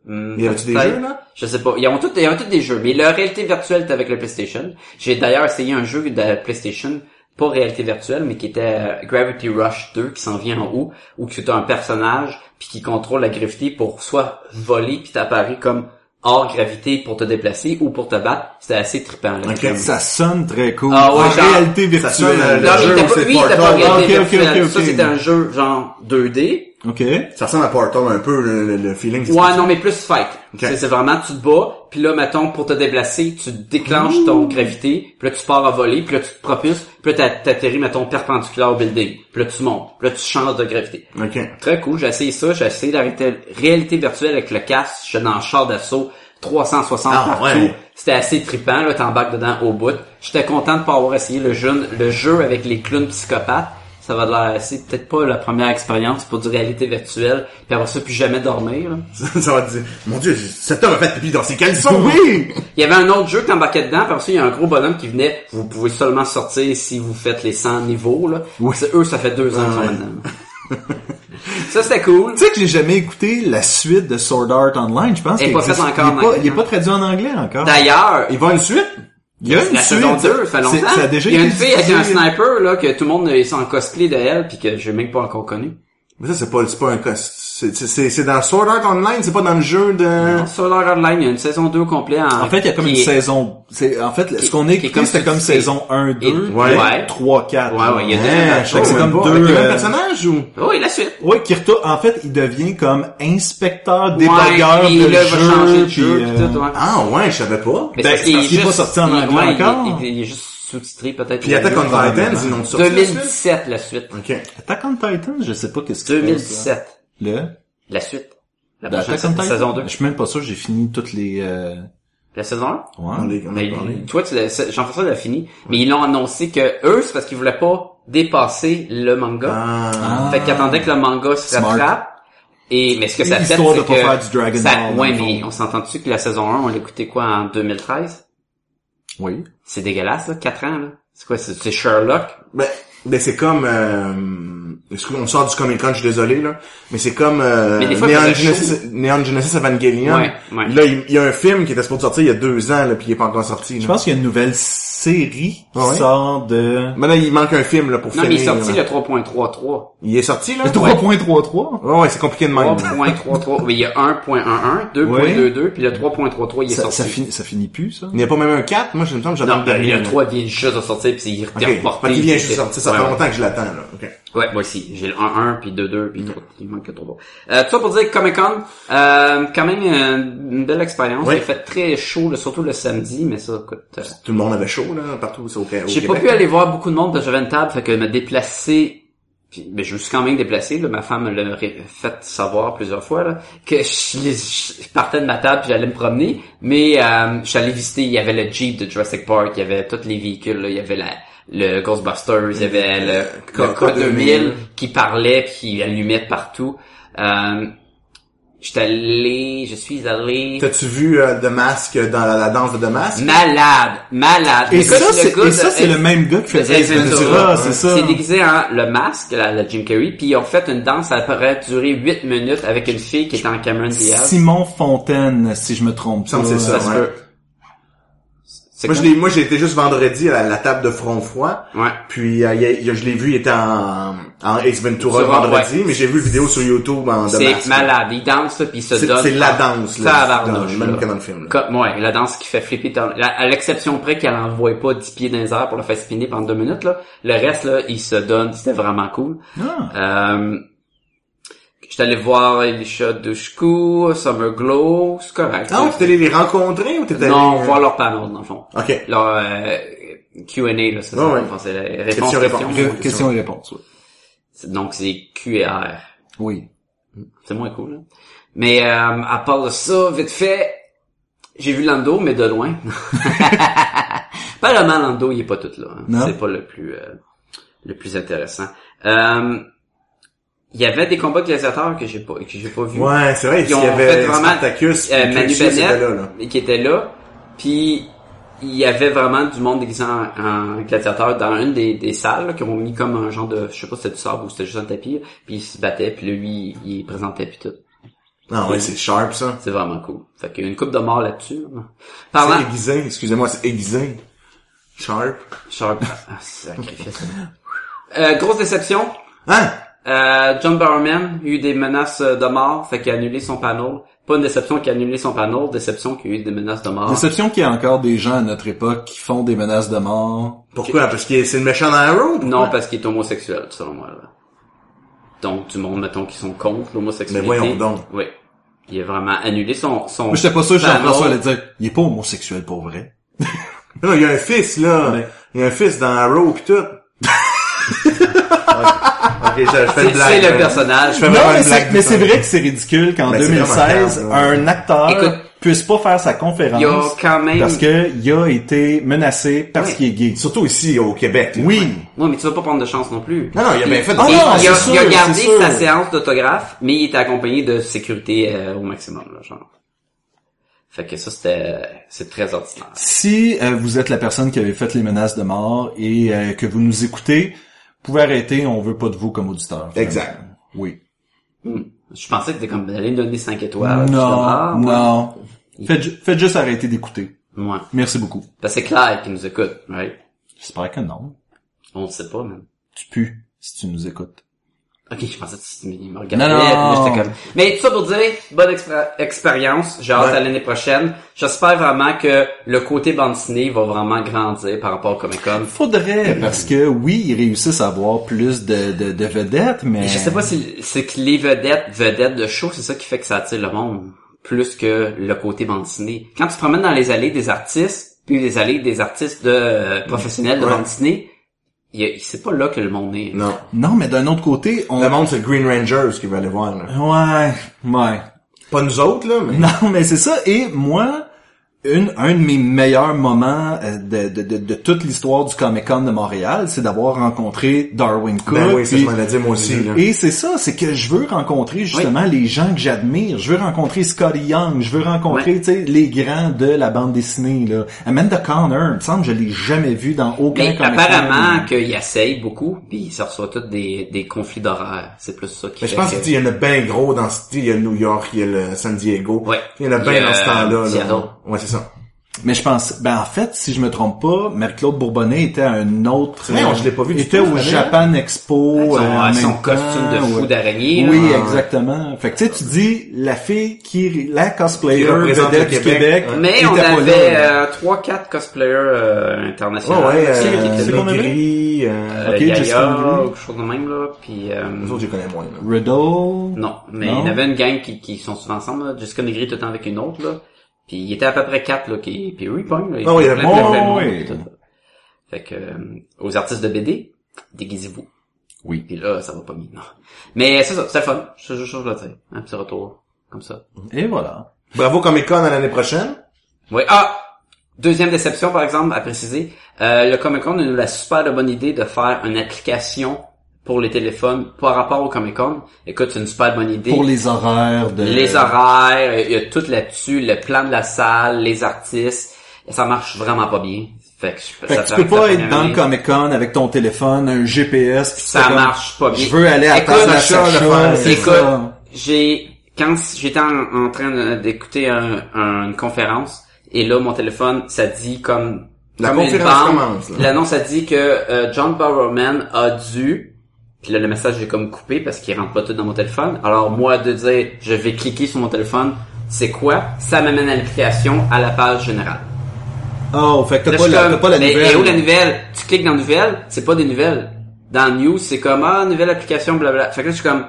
B: Hmm,
C: Il y avait-tu des
B: peut-être.
C: jeux, là?
B: Je sais pas. Ils ont tous, ils ont tous des jeux, mais la réalité virtuelle était avec le PlayStation. J'ai d'ailleurs essayé un jeu de PlayStation, pas réalité virtuelle, mais qui était euh, Gravity Rush 2, qui s'en vient en haut, où tu as un personnage, puis qui contrôle la gravité pour soit voler, puis t'apparais comme hors gravité pour te déplacer ou pour te battre. C'était assez trippant. Là.
C: Ok.
A: Ça sonne très cool.
B: Ah ouais,
A: en
B: genre-
A: réalité
C: Ça sonne,
A: virtuelle.
C: le
B: euh, Non,
C: jeu
B: il était
C: où
B: pas,
C: c'est
B: lui, il était pas
C: Portal.
B: réalité
A: Ok, ok,
B: virtuelle.
A: ok,
B: Ça,
A: ok.
B: c'était un jeu genre 2D,
A: Ok.
C: Ça ressemble à Portal un peu, le, le- le feeling. c'est
B: Ouais,
C: ça.
B: non, mais plus fight. C'est c'est vraiment, tu te bats, puis là, mettons, pour te déplacer, tu déclenches ton gravité, puis là, tu pars à voler, puis là, tu te propulses, puis là, t'a- t'atterris, mettons, perpendiculaire au building, puis là, tu montes, puis là, tu changes de gravité.
C: Ok.
B: Très cool, j'ai essayé ça, j'ai essayé la réalité, réalité virtuelle avec le casque, je suis dans le char d'assaut, 360
C: Ah,
B: partout.
C: ouais.
B: C'était assez trippant, là, t'embarques dedans au bout. J'étais content de pas avoir essayé le jeu, le jeu avec les clowns psychopathes. Ça va de l'air, c'est peut-être pas la première expérience pour du réalité virtuelle, puis avoir ça plus jamais dormir, là.
C: ça va te dire, mon dieu, cet homme a fait pipi dans ses caleçons.
A: Oui!
B: Il y avait un autre jeu que t'embarquais dedans, parce qu'il y a un gros bonhomme qui venait, vous pouvez seulement sortir si vous faites les 100 niveaux, là. C'est eux, ça fait deux ans qu'ils sont
C: Ouais.
B: maintenant. ça, c'était cool.
A: Tu sais que j'ai jamais écouté la suite de Sword Art Online, je pense.
B: Elle est
A: qu'il
B: pas faite
A: existe-
B: encore
A: il est
B: en
A: pas- Il est
B: anglais,
A: pas traduit en anglais encore.
B: D'ailleurs,
C: Il va une suite?
A: Il y a une
B: la
A: suite.
B: saison 2, ça fait
A: C'est-
B: longtemps.
A: Ça a déjà
B: Il y a
A: été
B: une fille avec un
A: diffusé.
B: sniper, là, que tout le monde est en cosplay de elle, puis que j'ai même pas encore connu.
C: Mais ça, c'est pas, c'est pas un cos- c'est, c'est- c'est, c'est dans Sword Art Online, c'est pas dans le jeu de...
B: Solar Online, il y a une saison 2 complète en...
A: En fait, il y a comme une
B: qui est-
A: saison. C'est en fait ce qu'on a
B: qui est
A: écouté,
B: comme
A: c'était
B: tu
A: comme
B: dis.
A: saison 1 2
B: Ouais. Ouais.
A: 3 4.
B: Ouais, ouais, il y a
C: Hein,
B: deux épisodes.
C: je sais que c'est
A: Oh, même
C: comme
A: pas.
C: deux...
A: Avec le même
C: euh,
A: personnage,
B: Oui, la suite.
A: Ouais, qui retourne, en fait, il devient comme inspecteur débogueur
B: puis
A: de
B: là, il va changer de
A: jeu,
B: jeu, puis
A: euh,
B: tout, ouais.
C: Ah ouais, je savais pas.
B: Mais
A: Ben,
B: parce
A: c'est
B: qu'il
A: parce
B: est
A: qu'il est pas
B: juste-
A: sorti en
B: il-
A: anglais
B: ouais, il-
A: encore.
B: Il, il est juste sous-titré, peut-être.
C: Puis Attack on Titan, ils l'ont sorti.
B: 2017, la suite.
C: Ok.
A: Attack on Titan, je sais pas qu'est-ce que c'est,
B: 2017.
A: ça. Le
B: La suite. La prochaine
A: Attack on Titan.
B: saison, saison 2.
A: Je suis même pas sûr, que j'ai fini toutes les euh...
B: La saison 1?
A: ouais.
C: On les, on
B: Mais
C: les
B: toi, tu l'as- c'est- Jean-François l'a fini. Mais ils l'ont annoncé que eux, c'est parce qu'ils voulaient pas dépasser le manga.
C: Ah.
B: Fait qu'il attendait que le manga se
A: Smart.
B: rattrape. Et, mais ce que ça fait, c'est
A: Histoire de pas faire
B: que...
A: du Dragon
B: ça,
A: Ball,
B: ouais,
A: dans le
B: mais
A: fond.
B: on s'entend-tu que la saison 1, on l'écoutait quoi en 2013?
A: Oui.
B: C'est dégueulasse, là, 4 ans, là. C'est quoi, c'est c'est Sherlock?
C: Ben, ben c'est comme... Euh, excuse- on sort du Comic Con, je suis désolé, là. Mais c'est comme euh,
B: Mais des fois,
C: Neon,
B: faisait
C: Genesis, Neon Genesis Evangelion.
B: Ouais, ouais.
C: Là, il il y a un film qui était supposé sortir il y a deux ans, là, puis il est pas encore sorti. Là.
A: Je pense qu'il y a une nouvelle série qui
C: Ouais.
A: sort de...
C: Maintenant, il manque un film là, pour
B: Non, mais
C: finir.
B: il est sorti
C: là.
B: le 3.33.
C: Il est sorti, là?
A: Le 3.33?
C: Ouais, ouais, c'est compliqué de même.
B: 3.33, mais il y a 1.11, 2.22, puis le 3.33, il est
A: Ça,
B: sorti.
A: ça, finit, ça finit plus, ça?
C: Il n'y a pas même un 4? Moi, je me sens que
B: Non,
C: j'attends le dernier.
B: le 3 vient juste de sortir, puis il est
C: Ok,
B: reporté.
C: fait qu'il vient
B: puis
C: juste
B: c'est-
C: sortir, ça
B: ouais,
C: fait
B: ouais.
C: longtemps que je l'attends, là. Ok.
B: Ouais, moi aussi. J'ai le 1-1, puis 2-2, puis 3, il manque le 3 euh, Tout ça pour dire que Comic-Con, euh, quand même euh, une, une belle expérience.
C: Ouais.
B: Il fait très chaud, le- surtout le samedi, mais ça, écoute... euh,
C: Tout le monde avait chaud, là, partout, c'est au, au Québec.
B: J'ai pas pu
A: hein.
B: aller voir beaucoup de monde parce que j'avais une table, fait que me déplacer, puis, mais je me suis quand même déplacé, là, ma femme l'a ré- fait savoir plusieurs fois, là, que je, les- je partais de ma table puis j'allais me promener, mais euh, je suis allé visiter, il y avait le Jeep de Jurassic Park, il y avait tous les véhicules, là, il y avait la, le Ghostbusters, il y avait le,
C: Le
B: Coca 2000
C: 2000.
B: qui parlait puis qui allumait de partout. Euh, j'étais allé, je suis allé...
C: T'as-tu vu euh, The Mask euh, dans la, la danse de The Mask?
B: Malade, malade.
A: Et
B: Écoute,
A: ça,
B: le
A: c'est,
B: gars
A: et ça,
B: de-
A: c'est le même gars qui faisait
B: Ace Ventura,
A: Ventura,
C: ouais.
A: c'est ça.
B: C'est déguisé en le masque, la, la Jim Carrey, puis ils ont fait une danse, ça aurait duré 8 minutes avec une fille qui était en Cameron Diaz.
A: Simon Fontaine, si je me trompe
C: Il me
A: pas.
C: semble que c'est ça,
B: se
C: ouais.
B: peut. C'est
C: Moi, je
B: quoi?
C: l'ai, moi, j'ai été juste vendredi à la, la table de Front Froid.
B: Ouais.
C: Puis, euh, il y a- il y a- je l'ai vu, il était en, en Ace Ventura
B: Sur-
C: vendredi,
B: ouais.
C: mais j'ai vu une vidéo sur YouTube en The Mask.
B: C'est malade. Ils dansent, là, puis ils se
C: C'est,
B: donnent.
C: c'est la danse, là. dans-
B: Tabarnouche,
C: même
B: là.
C: que dans le film, là.
B: Comme, ouais, la danse qui fait flipper. ton- la- à l'exception près qu'elle envoie pas 10 pieds dans les airs pour le faire spinner pendant deux minutes, là. Le reste, là, ils se donnent. C'était vraiment cool.
A: Ah.
B: Euh, j'étais allé voir Elisha Dushku, Summer Glow, c'est correct.
C: Ah, ouais, t'es allé les rencontrer ou t'étais
B: Non,
C: allé...
B: voir leur panel, dans le fond.
C: Ok.
B: Leur euh, Q&A, là, c'est ça,
C: Ouais, ouais.
B: en français, la
C: Question,
B: réponse
C: réponse.
B: question.
A: Ré- question et réponse, oui.
B: Donc, c'est QR.
A: Oui.
B: C'est moins cool, là. Mais euh, à part de ça, vite fait, j'ai vu Lando, mais de loin. Apparemment, Lando, il est pas tout là. hein.
A: Non.
B: C'est pas le plus euh, le plus intéressant. Euh, Il y avait des combats de gladiateurs que j'ai pas que j'ai pas vu.
C: Ouais, c'est vrai,
B: Ils
C: il y
B: ont
C: avait
B: fait vraiment-
C: Spartacus,
B: Euh,
C: puis
B: Manu
C: Crucius était
B: Bennett,
C: là, là.
B: qui était là, puis il y avait vraiment du monde déguisé en, en gladiateur dans une des, des salles là, qui ont mis comme un genre de, je sais pas si c'était du sable ou c'était juste un tapis, là, puis il se battait, puis là, lui, il il présentait, puis tout.
C: Non, ouais, c'est sharp, ça.
B: C'est vraiment cool. Fait qu'il y a une coupe de mort là-dessus. là.
C: C'est
B: Parlant...
C: aiguisé, excusez-moi, c'est aiguisé. Sharp.
B: Sharp. Ah, sacrifice. Euh, grosse déception.
C: Hein?
B: Euh, John Barrowman a eu des menaces euh, de mort, fait qu'il a annulé son panel. Pas une déception qui a annulé son panel, déception qu'il y a eu des menaces de mort.
A: Déception qu'il y a encore des gens à notre époque qui font des menaces de mort.
C: Pourquoi? Parce que c'est le méchant dans la road?
B: Non, parce qu'il est homosexuel, selon moi. là. Donc, du monde, mettons, qui sont contre l'homosexualité.
C: Mais voyons donc.
B: Oui. Il a vraiment annulé son... son...
A: Moi, j'étais pas sûr que
B: panel.
A: Jean-François allait dire, il est pas homosexuel pour vrai.
C: Non, il y a un fils, là.
A: Ouais.
C: Il y a un fils dans Arrow pis tout. ok, je, je fais
B: C'est
C: une blague.
B: c'est le
C: hein.
B: personnage.
C: Je fais vraiment une blague.
A: que c'est ridicule qu'en
C: Ben, c'est vraiment grave, là.
A: acteur
B: Écoute,
A: puisse pas faire sa conférence
B: Il y a quand même...
A: que il a été menacé parce
B: Ouais.
A: est gay.
C: Surtout ici, au Québec. là.
A: Oui.
B: Oui, mais tu vas pas prendre de chance non plus.
C: Non, non, il a bien fait.
A: Ah
B: Et
A: non,
B: il, a,
A: c'est
B: il a
A: sûr,
B: gardé
A: c'est sûr.
B: sa séance d'autographe, mais il était accompagné de sécurité euh, au maximum, là, genre. Fait que ça, c'était... C'est très ordinaire.
A: Si euh, vous êtes la personne qui avait fait les menaces de mort et euh, que vous nous écoutez, vous pouvez arrêter, on veut pas de vous comme auditeur. finalement.
C: Exact.
A: Oui.
B: Hmm. Je pensais que c'était comme d'aller me donner 5 étoiles. Je suis
A: non,
B: comme, ah,
A: non. Faites, ju- faites juste arrêter d'écouter.
B: Ouais. Ouais.
A: Merci beaucoup.
B: Parce que c'est Claire qui nous écoute, right?
A: J'espère que non.
B: On le sait pas, même.
A: Tu pues si tu nous écoutes.
B: Ok, je pensais que tu me regardais.
A: Non, non.
B: puis moi, j'étais comme- Mais tout ça pour dire, bonne expé- expérience. J'ai hâte
C: Ouais.
B: à l'année prochaine. J'espère vraiment que le côté bande dessinée va vraiment grandir par rapport au Comic-Con.
A: Faudrait, parce que oui, ils réussissent à avoir plus de, de, de vedettes, mais...
B: Et Je sais pas si c'est que les vedettes, vedettes de show, c'est ça qui fait que ça attire le monde plus que le côté bande dessinée. Quand tu te promènes dans les allées des artistes, puis les allées des artistes de euh, professionnels de
C: Ouais.
B: bande dessinée, il y a- c'est pas là que le monde est.
C: Non.
A: Non, mais d'un autre côté, on...
C: Le monde, c'est le Green Rangers qui va aller voir, là.
A: Ouais, ouais.
C: Pas nous autres, là, mais...
A: Non, mais c'est ça. Et moi, une, un de mes meilleurs moments euh, de, de, de, de toute l'histoire du Comic Con de Montréal, c'est d'avoir rencontré Darwin Cook.
C: Ben oui, ça je
A: puis-
C: m'en ai dit moi aussi. Là.
A: et c'est ça, c'est que je veux rencontrer justement les gens que j'admire. Je veux rencontrer Scotty Young, je veux rencontrer tu sais, les grands de la bande dessinée. Là. Amanda Connor, il me semble que je l'ai jamais vu dans aucun
B: Mais
A: Comic-Con.
B: apparemment qu'il essaye beaucoup, puis il se reçoit tous des, des conflits d'horaire. C'est plus ça qui
C: Mais
B: fait
C: je pense
B: que-
C: qu'il y en a bien gros dans ce... Il y a New York, il y a le San Diego.
B: Ouais.
C: Il y en a
B: Il y
C: bien
B: a,
C: dans ce temps-là.
B: Seattle.
C: Là. Ouais, c'est ça.
A: Mais je pense, ben en fait, si je me trompe pas, Marie-Claude Bourbonnais était à un autre.
C: Non, je l'ai pas vu du
A: Était
C: tout,
A: au
C: je l'avais,
A: Japan Expo.
B: Son,
A: euh, en
B: son
A: même
B: costume
A: temps,
B: de fou
A: ouais.
C: hein.
B: d'araignée.
A: Oui,
B: là.
A: exactement. Fait que tu sais, tu dis la fille qui la cosplayer
C: Qui représente
A: vedette
C: le
A: du
C: Québec.
A: Québec.
B: Mais
A: était pas
B: on
A: là,
B: avait
A: là. Oh,
B: euh, 3-4 cosplayers euh,
C: Ouais,
B: internationaux.
C: ouais.
B: qui
C: euh,
B: étaient
C: C'est
B: là.
A: qu'on
C: le
A: aimait?
C: gris. euh,
B: Euh,
A: ok,
B: Yaya,
A: Justin Green.
B: ou quelque chose de même, là. Puis, euh,
C: Les autres, je les connais moins. Là.
A: Riddle.
B: non, mais
A: Non.
B: il y avait une gang qui, qui sont souvent ensemble, là. Jusqu'à Negri tout le temps avec une autre, là. Puis il était à peu près 4, là. Qui, puis oui, pogne, là.
C: Ah oui, il y avait-
B: plein, plein,
A: oh,
B: plein de monde,
A: oui.
B: puis tout, là. Fait que, euh, aux artistes de BD, déguisez-vous.
A: Oui.
B: Puis là, ça va pas mieux, non. Mais c'est ça, c'est le fun. Je, je, je le dire. Un petit retour, comme ça.
A: Et voilà.
C: Bravo Comic Con à l'année prochaine.
B: Oui. Ah! Deuxième déception, par exemple, à préciser. Euh, le Comic-Con nous la super de bonne idée de faire une application pour les téléphones par rapport au Comic-Con. Écoute, c'est une super bonne idée.
A: Pour les horaires de...
B: Les horaires, euh, il y a tout là-dessus, le plan de la salle, les artistes. Ça marche vraiment pas bien. Fait que, je-
A: Fait
B: ça
A: que tu peux
B: fait- ça
A: pas
B: fait
A: être dans le
B: bien.
A: Comic Con avec ton téléphone, un GPS, pis tu
B: Ça
A: fais comme,
B: marche pas bien.
A: Je veux aller à
B: Écoute,
A: table à
C: Sacha, le
A: Sacha,
C: faire,
A: c'est
B: Écoute,
A: ça.
B: j'ai quand j'étais en, en train de- d'écouter un- un- une conférence et là mon téléphone ça dit comme
C: La
B: comme une
C: conférence
B: bombe.
C: commence, là.
B: L'annonce a dit que euh, John Barrowman a dû puis là le message j'ai comme coupé parce qu'il rentre pas tout dans mon téléphone. Alors moi de dire je vais cliquer sur mon téléphone, c'est quoi Ça m'amène à l'application à la page générale.
A: Oh, fait que t'as
B: Là,
A: pas,
B: je suis
A: la-
B: comme,
A: t'as pas la
B: mais,
A: nouvelle.
B: et où la nouvelle? Tu cliques dans nouvelle, c'est pas des nouvelles. Dans news, c'est comme, ah, nouvelle application, blablabla. Fait que là, je suis comme,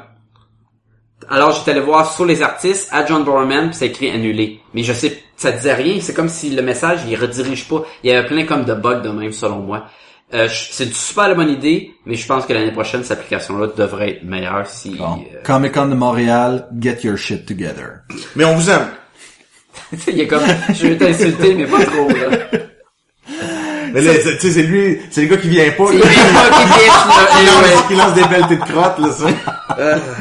B: alors j'étais allé voir sur les artistes, à John Borman, puis c'est écrit annulé. Mais je sais, ça disait rien, c'est comme si le message, il redirige pas. Il y avait plein comme de bugs de même, selon moi. Euh, je- c'est une super bonne idée, mais je pense que l'année prochaine, cette application-là devrait être meilleure si...
A: Bon.
B: euh,
A: Comic Con de Montréal, get your shit together.
C: Mais on vous aime.
B: il est comme, je vais t'insulter, mais pas trop, là.
C: Mais là, tu sais, c'est lui, c'est le gars qui vient pas.
B: Il est
C: Là.
B: pas qui
C: Qui
B: là, et ouais.
C: lance, qui lance des pelletées de crottes, là, ça.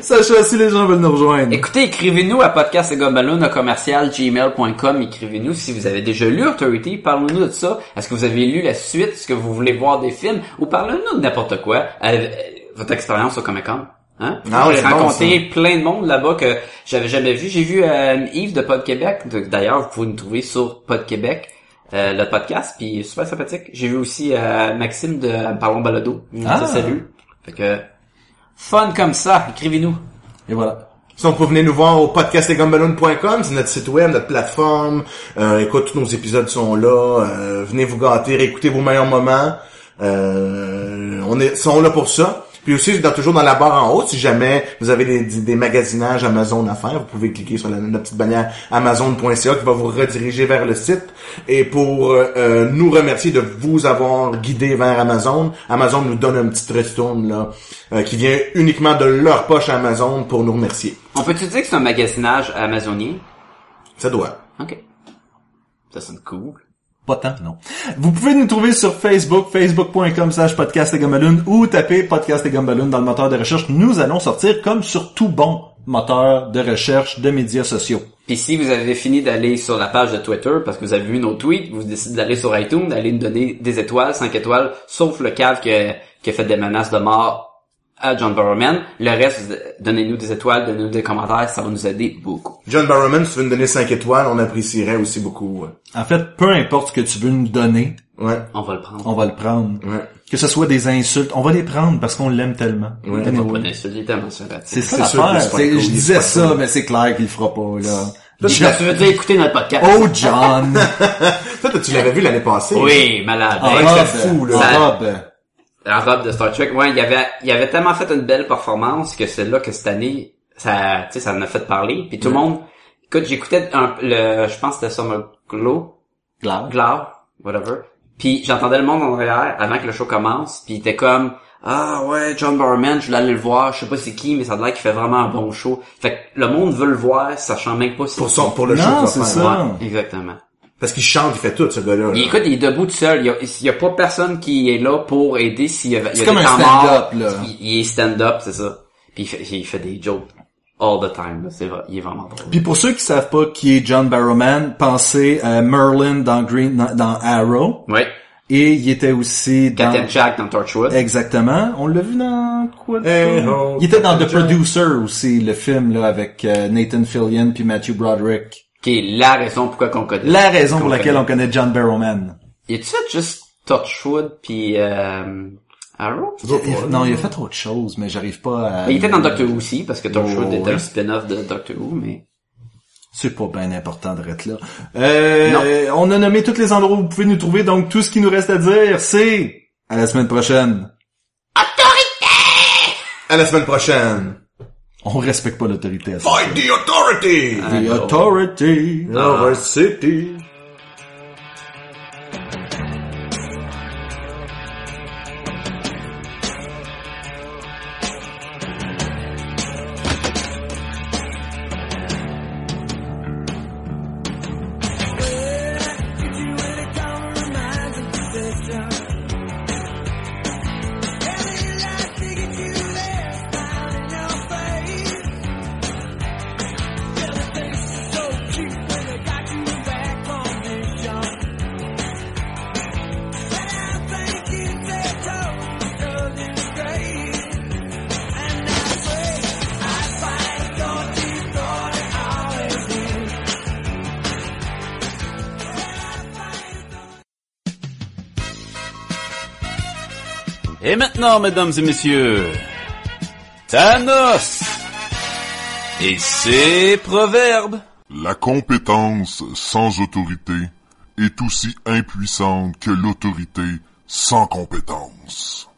A: Sacha, si les gens veulent nous rejoindre.
B: Écoutez, écrivez-nous à podcastgomballoon à commercial gmail.com. Écrivez-nous si vous avez déjà lu Authority. Parlez-nous de ça. Est-ce que vous avez lu la suite? Est-ce que vous voulez voir des films? Ou parlez-nous de n'importe quoi. Euh, votre expérience au Comic-Con. Hein?
C: Ah ouais,
B: J'ai
C: c'est bon,
B: rencontré plein de monde là-bas que j'avais jamais vu. J'ai vu euh, Yves de Pod Québec. De- D'ailleurs, vous pouvez nous trouver sur Pod Québec. euh, le podcast, puis il est super sympathique. J'ai vu aussi euh, Maxime de Parlons Balado.
A: Ah.
B: Ah. Salut. Fait que, fun comme ça, écrivez-nous.
A: Et voilà.
C: Sinon, vous pouvez venir nous voir au podcastlegumballoon.com, c'est notre site web, notre plateforme. Euh, écoute, tous nos épisodes sont là. Euh, venez vous gâter, réécoutez vos meilleurs moments. Euh, on est, sont là pour ça. Puis aussi, dans, toujours dans la barre en haut, si jamais vous avez des, des, des magasinages Amazon à faire, vous pouvez cliquer sur la, la petite bannière amazon.ca qui va vous rediriger vers le site. Et pour euh, euh, nous remercier de vous avoir guidé vers Amazon, Amazon nous donne un petit retourne là, euh, qui vient uniquement de leur poche Amazon pour nous remercier.
B: On peut-tu dire que c'est un magasinage amazonien?
C: Ça doit.
B: Ok. Ça sonne cool.
A: Pas tant, non. Vous pouvez nous trouver sur Facebook, facebook.com slash podcast et Gumballoon, ou taper podcast et Gumballoon dans le moteur de recherche. Nous allons sortir comme sur tout bon moteur de recherche de médias sociaux.
B: Puis si vous avez fini d'aller sur la page de Twitter parce que vous avez vu nos tweets, vous décidez d'aller sur iTunes, d'aller nous donner des étoiles, 5 étoiles, sauf le cave qui a, qui a fait des menaces de mort à John Barrowman. Le reste, vous- donnez-nous des étoiles, donnez-nous des commentaires, ça va nous aider beaucoup.
C: John Barrowman, si tu veux nous donner 5 étoiles, on apprécierait aussi beaucoup.
A: En fait, peu importe ce que tu veux nous donner,
C: Ouais.
B: On va le prendre.
A: on va le prendre.
C: Ouais.
A: Que ce soit des insultes, on va les prendre parce qu'on l'aime tellement. Anyway.
B: On est sur les thèmes, sur la-
A: C'est ça
C: C'est sûr qu'il
A: l'affaire.
C: se fait
A: C'est-
C: cool,
A: Je
C: il se
A: disais
C: fait
A: ça,
C: cool.
A: mais c'est clair qu'il le fera pas, là.
B: Je tu veux dire écouter notre podcast?
A: Oh, John!
C: Ça, toi, tu l'avais vu l'année passée.
B: Oui, malade.
A: En
B: Hey,
C: j'étais
A: robe!
C: fou, là. Ah,
B: Ça-
A: En robe!
B: la robe de Star Trek, ouais, il avait, il avait tellement fait une belle performance que c'est là que cette année, ça, tu sais, ça en a fait parler. Puis tout le
C: Mm.
B: monde, écoute, j'écoutais un, le, je pense que c'était Summer Glow,
A: Glace.
B: Glow, whatever. Puis j'entendais le monde en arrière avant que le show commence, puis il était comme, ah ouais, John Barman, je voulais aller le voir, je sais pas c'est qui, mais ça a l'air qu'il fait vraiment un bon show. Fait que le monde veut le voir, sachant même pas c'est
C: Pour
B: qui.
C: son, pour le show.
A: Non,
C: qu'il va
A: c'est
C: faire.
A: ça.
B: Ouais, exactement.
C: Parce qu'il chante, il fait tout, ce gars-là.
B: Il,
C: là.
B: écoute, il est debout tout seul. Il y a, il y a pas personne qui est là pour aider s'il y a, il y a
A: C'est comme
B: des
A: un
B: temps morts.
A: stand-up, là.
B: Il, il est stand-up, c'est ça. Puis il fait, il fait des jokes all the time. là. C'est vrai, il est vraiment drôle.
A: Puis pour ceux qui savent pas qui est John Barrowman, pensez à Merlin dans Green dans Arrow
B: Ouais.
A: et il était aussi dans
B: Captain Jack dans Torchwood.
A: Exactement, on l'a vu dans quoi le
B: Eh,
C: Hey,
A: film?
C: oh,
A: Il était dans The
C: Captain Jack.
A: Producer aussi le film là avec euh, Nathan Fillion puis Matthew Broderick.
B: Qui est la raison pourquoi qu'on connaît.
A: La raison pour
B: Qu'on
A: laquelle on connaît John Barrowman.
B: Il a-tu fait juste Torchwood puis euh, Arrow?
A: Il- il- non, il a fait autre chose, mais j'arrive pas à.
B: Mais il était dans Doctor Who aussi, parce que Torchwood
A: Oh,
B: était
A: ouais.
B: un spin-off de Doctor Who, mais...
A: C'est pas bien important de être là. Euh, on a nommé tous les endroits où vous pouvez nous trouver, donc tout ce qui nous reste à dire, c'est à la semaine prochaine.
C: À la semaine prochaine.
A: On respecte pas l'autorité. à ça.
C: Fight the authority!
B: Ah.
A: The authority.
C: In our city.
E: Et maintenant, mesdames et messieurs, Thanos et ses proverbes.
F: La compétence sans autorité est aussi impuissante que l'autorité sans compétence.